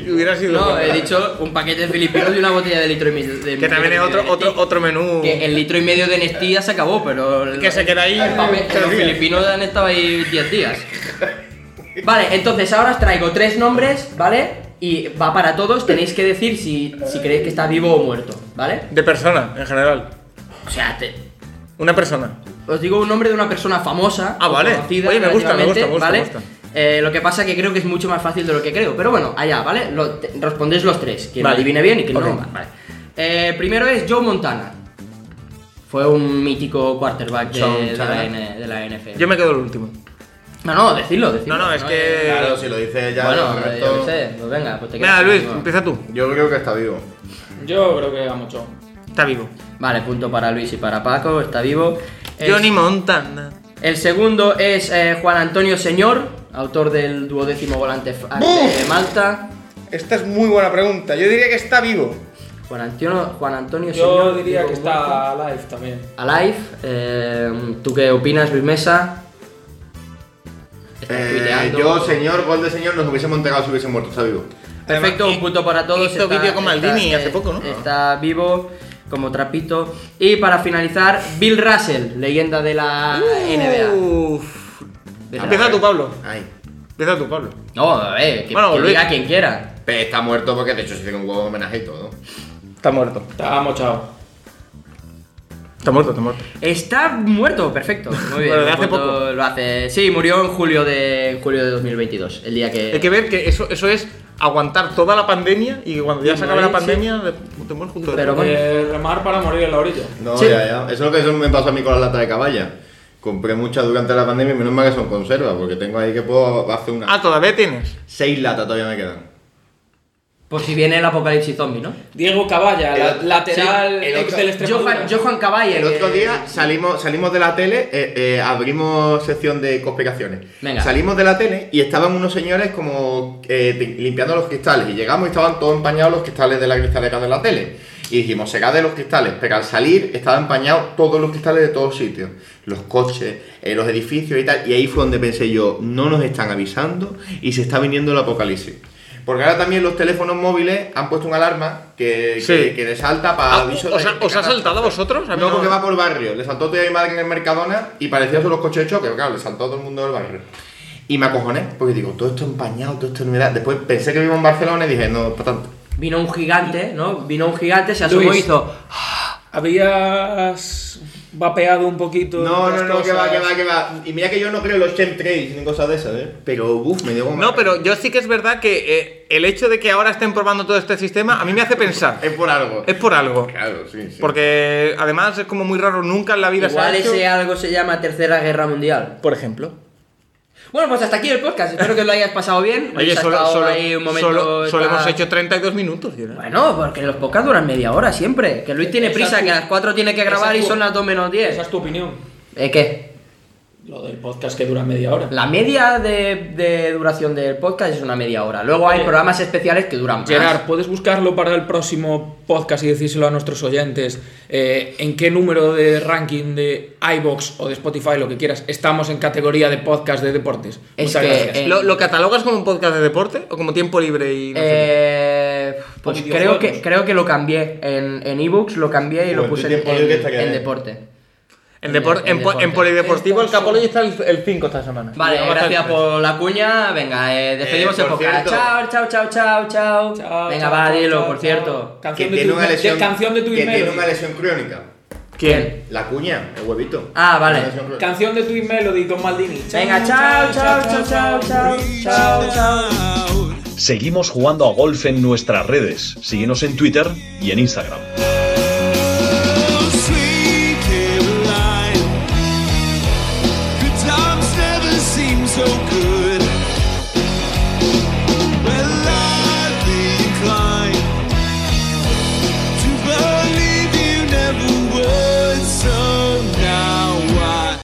Speaker 3: Hubiera sido.
Speaker 2: No,
Speaker 3: bueno.
Speaker 2: he dicho un paquete de filipinos y una botella de litro y medio de
Speaker 3: Que también es otro,
Speaker 2: de
Speaker 3: otro,
Speaker 2: Nestí.
Speaker 3: otro menú.
Speaker 2: Que el litro y medio de Nestí ya se acabó, pero. el-
Speaker 3: Que se queda ahí.
Speaker 2: el papel-
Speaker 3: Se
Speaker 2: los
Speaker 3: ríe.
Speaker 2: filipinos han estado ahí 10 días. Vale, entonces ahora os traigo tres nombres, ¿vale? Y va para todos, tenéis que decir si, si creéis que está vivo o muerto, ¿vale?
Speaker 3: De persona, en general.
Speaker 2: O sea, te-
Speaker 3: Una persona.
Speaker 2: os digo un nombre de una persona famosa.
Speaker 3: Ah,
Speaker 2: o
Speaker 3: vale.
Speaker 2: conocida
Speaker 3: Oye, me gusta, me gusta, me gusta,
Speaker 2: ¿vale?
Speaker 3: me gusta.
Speaker 2: Eh, lo que pasa que creo que es mucho más fácil de lo que creo. Pero bueno, allá, ¿vale? Lo, te- respondéis los tres. Quien lo
Speaker 3: Vale.
Speaker 2: adivine bien y quien
Speaker 3: Ok.
Speaker 2: no. Vale. Eh, primero es Joe Montana. Fue un mítico quarterback de,
Speaker 3: Joe
Speaker 2: de la,
Speaker 3: Montana.
Speaker 2: N- de la NFL.
Speaker 3: Yo me quedo el último.
Speaker 2: No, no, decidlo, decidlo.
Speaker 3: No, no, es que.
Speaker 4: Claro, si lo dice ella,
Speaker 2: Bueno,
Speaker 4: el
Speaker 2: eh,
Speaker 4: resto-
Speaker 2: yo qué sé. Pues venga, pues te quedas
Speaker 3: Venga,
Speaker 2: con
Speaker 3: Luis,
Speaker 2: uno.
Speaker 3: empieza tú.
Speaker 4: yo creo que está vivo.
Speaker 7: Yo creo que a mucho.
Speaker 3: Está vivo.
Speaker 2: Vale, punto para Luis y para Paco, está vivo. Es-
Speaker 3: Johnny Montana.
Speaker 2: El segundo es eh, Juan Antonio Señor, autor del duodécimo volante f- ante Malta.
Speaker 3: Esta es muy buena pregunta. Yo diría que está vivo.
Speaker 2: Juan Antonio, Juan Antonio
Speaker 7: Yo
Speaker 2: Señor,
Speaker 7: diría
Speaker 2: Diego
Speaker 7: que está live también.
Speaker 2: Muerto. Alive. eh, ¿Tú qué opinas, Luis Mesa? Estás
Speaker 4: Eh,
Speaker 2: tuiteando.
Speaker 4: yo, señor, gol de señor, nos hubiésemos enterado si hubiese muerto, está vivo.
Speaker 2: Perfecto, un punto para todos.
Speaker 3: hizo vídeo con Maldini hace
Speaker 2: eh,
Speaker 3: poco, ¿no?
Speaker 2: Está vivo, como trapito. Y para finalizar, Bill Russell, leyenda de la
Speaker 3: Uh.
Speaker 2: NBA.
Speaker 3: Uff. Empieza tú, Pablo.
Speaker 4: Ay.
Speaker 3: Empieza tú, Pablo.
Speaker 2: No, a ver, Eh, que,
Speaker 3: Bueno,
Speaker 2: que
Speaker 3: Luis.
Speaker 2: diga quien quiera.
Speaker 4: Pero está muerto porque de hecho se hizo un huevo de homenaje y todo.
Speaker 3: Está muerto.
Speaker 7: Está mochado.
Speaker 3: Está muerto, está muerto.
Speaker 2: Está muerto, perfecto. Muy bien.
Speaker 3: Bueno, de
Speaker 2: un
Speaker 3: hace
Speaker 2: punto
Speaker 3: poco.
Speaker 2: Lo hace. Sí, murió en julio de en julio de 2022, el día que.
Speaker 3: Hay que ver que eso, eso es aguantar toda la pandemia y que cuando ya se acabe la pandemia te mueres justo
Speaker 2: Pero bueno.
Speaker 7: Eh, remar para morir en la orilla.
Speaker 4: No,
Speaker 2: Sí.
Speaker 4: ya, ya. Eso es lo que eso me pasó a mí con la lata de caballa. Compré muchas durante la pandemia y menos mal que son conservas, porque tengo ahí que puedo hacer una.
Speaker 3: Ah, todavía tienes.
Speaker 4: Seis latas todavía me quedan.
Speaker 2: Por si viene el apocalipsis zombie, ¿no?
Speaker 7: Diego Caballa, la-
Speaker 4: El-
Speaker 7: lateral
Speaker 4: sí, el
Speaker 7: ex
Speaker 4: otro-
Speaker 7: del extremo.
Speaker 2: Johan,
Speaker 7: duro.
Speaker 2: Johan Caballa.
Speaker 4: El
Speaker 2: que-
Speaker 4: otro día salimos, salimos de la tele, eh, eh, abrimos sección de conspiraciones.
Speaker 2: Venga.
Speaker 4: Salimos de la tele y estaban unos señores como eh, ti- limpiando los cristales. Y llegamos y estaban todos empañados los cristales de la cristalera de la tele. Y dijimos, será de los cristales. Pero al salir estaban empañados todos los cristales de todos sitios. Los coches, eh, los edificios y tal. Y ahí fue donde pensé yo, no nos están avisando y se está viniendo el apocalipsis. Porque ahora también los teléfonos móviles han puesto una alarma que,
Speaker 3: Sí.
Speaker 4: que, que te salta para
Speaker 3: Ah,
Speaker 4: aviso
Speaker 3: ¿Os,
Speaker 4: de-
Speaker 3: ha-
Speaker 4: de
Speaker 3: os ha
Speaker 4: catástrofe.
Speaker 3: saltado a vosotros? A mí
Speaker 4: No, porque
Speaker 3: no.
Speaker 4: va por barrio. Le saltó todavía a mi madre en el Mercadona y parecía solo los coches de choque. Claro, le saltó a todo el mundo del barrio. Y me acojoné, porque digo, todo esto empañado, todo esto novedad. Después pensé que vivo en Barcelona y dije, no, para tanto.
Speaker 2: Vino un gigante, ¿no? Vino un gigante, se asomó y
Speaker 7: Luis.
Speaker 2: hizo.
Speaker 7: Habías vapeado un poquito.
Speaker 4: No, no,
Speaker 7: las
Speaker 4: no, que
Speaker 7: cosas.
Speaker 4: va, que va, que va. Y mira que yo no creo en los chemtrails ni cosas de esas, ¿eh? Pero, uff, me dio goma.
Speaker 3: No, pero yo sí que es verdad que eh, el hecho de que ahora estén probando todo este sistema a mí me hace pensar.
Speaker 4: Es por algo.
Speaker 3: Es por algo.
Speaker 4: Claro, sí, sí.
Speaker 3: Porque además es como muy raro, nunca en la vida
Speaker 2: Igual
Speaker 3: se ha hecho.
Speaker 2: ese algo se llama Tercera Guerra Mundial.
Speaker 3: Por ejemplo.
Speaker 2: Bueno, pues hasta aquí el podcast. Espero que lo hayas pasado bien.
Speaker 3: Oye,
Speaker 2: Luis ha
Speaker 3: solo,
Speaker 2: estado
Speaker 3: solo-
Speaker 2: ahí un momento,
Speaker 3: solo- solo
Speaker 2: está-
Speaker 3: hemos hecho 32 minutos. yo creo.
Speaker 2: Bueno, porque los podcasts duran media hora siempre. Que Luis tiene
Speaker 7: Esa
Speaker 2: prisa,
Speaker 7: tú-
Speaker 2: que a las 4 tiene que
Speaker 7: esa
Speaker 2: grabar y
Speaker 7: tú-
Speaker 2: son las 2 menos
Speaker 7: Esa
Speaker 2: 10.
Speaker 7: es tu opinión.
Speaker 2: ¿Eh, qué?
Speaker 7: Lo del podcast que dura media hora.
Speaker 2: La media de, de duración del podcast es una media hora. Luego hay
Speaker 7: Oye.
Speaker 2: programas especiales que duran más.
Speaker 7: Gerard, ¿puedes buscarlo para el próximo podcast y decírselo a nuestros oyentes eh, en qué número de ranking de iBox o de Spotify, lo que quieras, estamos en categoría de podcast de deportes?
Speaker 2: Es
Speaker 7: Muchas
Speaker 2: que,
Speaker 7: gracias.
Speaker 2: eh,
Speaker 3: ¿Lo, lo catalogas como un podcast de deporte o como tiempo libre y no sé?
Speaker 2: Eh, pues
Speaker 7: Con
Speaker 2: creo que,
Speaker 7: videojuegos.
Speaker 2: creo que lo cambié en, en ebooks, lo cambié y lo
Speaker 4: Bueno,
Speaker 2: puse
Speaker 4: tu tiempo
Speaker 2: en,
Speaker 4: libre está que
Speaker 2: en
Speaker 4: hay.
Speaker 2: deporte.
Speaker 3: En, depor-
Speaker 2: en
Speaker 3: en, po- en
Speaker 2: deporte.
Speaker 3: polideportivo el Capolo está el 5 esta semana.
Speaker 2: Vale,
Speaker 3: Vamos a hacer
Speaker 2: gracias
Speaker 3: tres.
Speaker 2: por la cuña. Venga, eh, despedimos
Speaker 4: Eh,
Speaker 2: el
Speaker 4: por
Speaker 2: podcast.
Speaker 4: cierto.
Speaker 2: Chao, chao, chao, chao, chao.
Speaker 7: Chao,
Speaker 2: Venga,
Speaker 7: chao,
Speaker 2: va,
Speaker 7: chao,
Speaker 2: dilo,
Speaker 7: chao,
Speaker 2: por
Speaker 7: chao.
Speaker 2: cierto.
Speaker 4: Que
Speaker 7: Canción de
Speaker 4: tiene
Speaker 7: tu,
Speaker 4: una lesión.
Speaker 7: canción de tu
Speaker 4: que tiene
Speaker 7: email.
Speaker 4: una lesión crónica.
Speaker 2: ¿Quién?
Speaker 4: La cuña, el huevito.
Speaker 2: Ah, vale.
Speaker 4: Una lesión crónica.
Speaker 7: Canción de tu Melody con Maldini.
Speaker 2: Venga, chao, chao, chao, chao, chao, chao, chao.
Speaker 1: Seguimos jugando a golf en nuestras redes. Síguenos en Twitter y en Instagram.
Speaker 8: Sweet Caroline, good times never seem so good.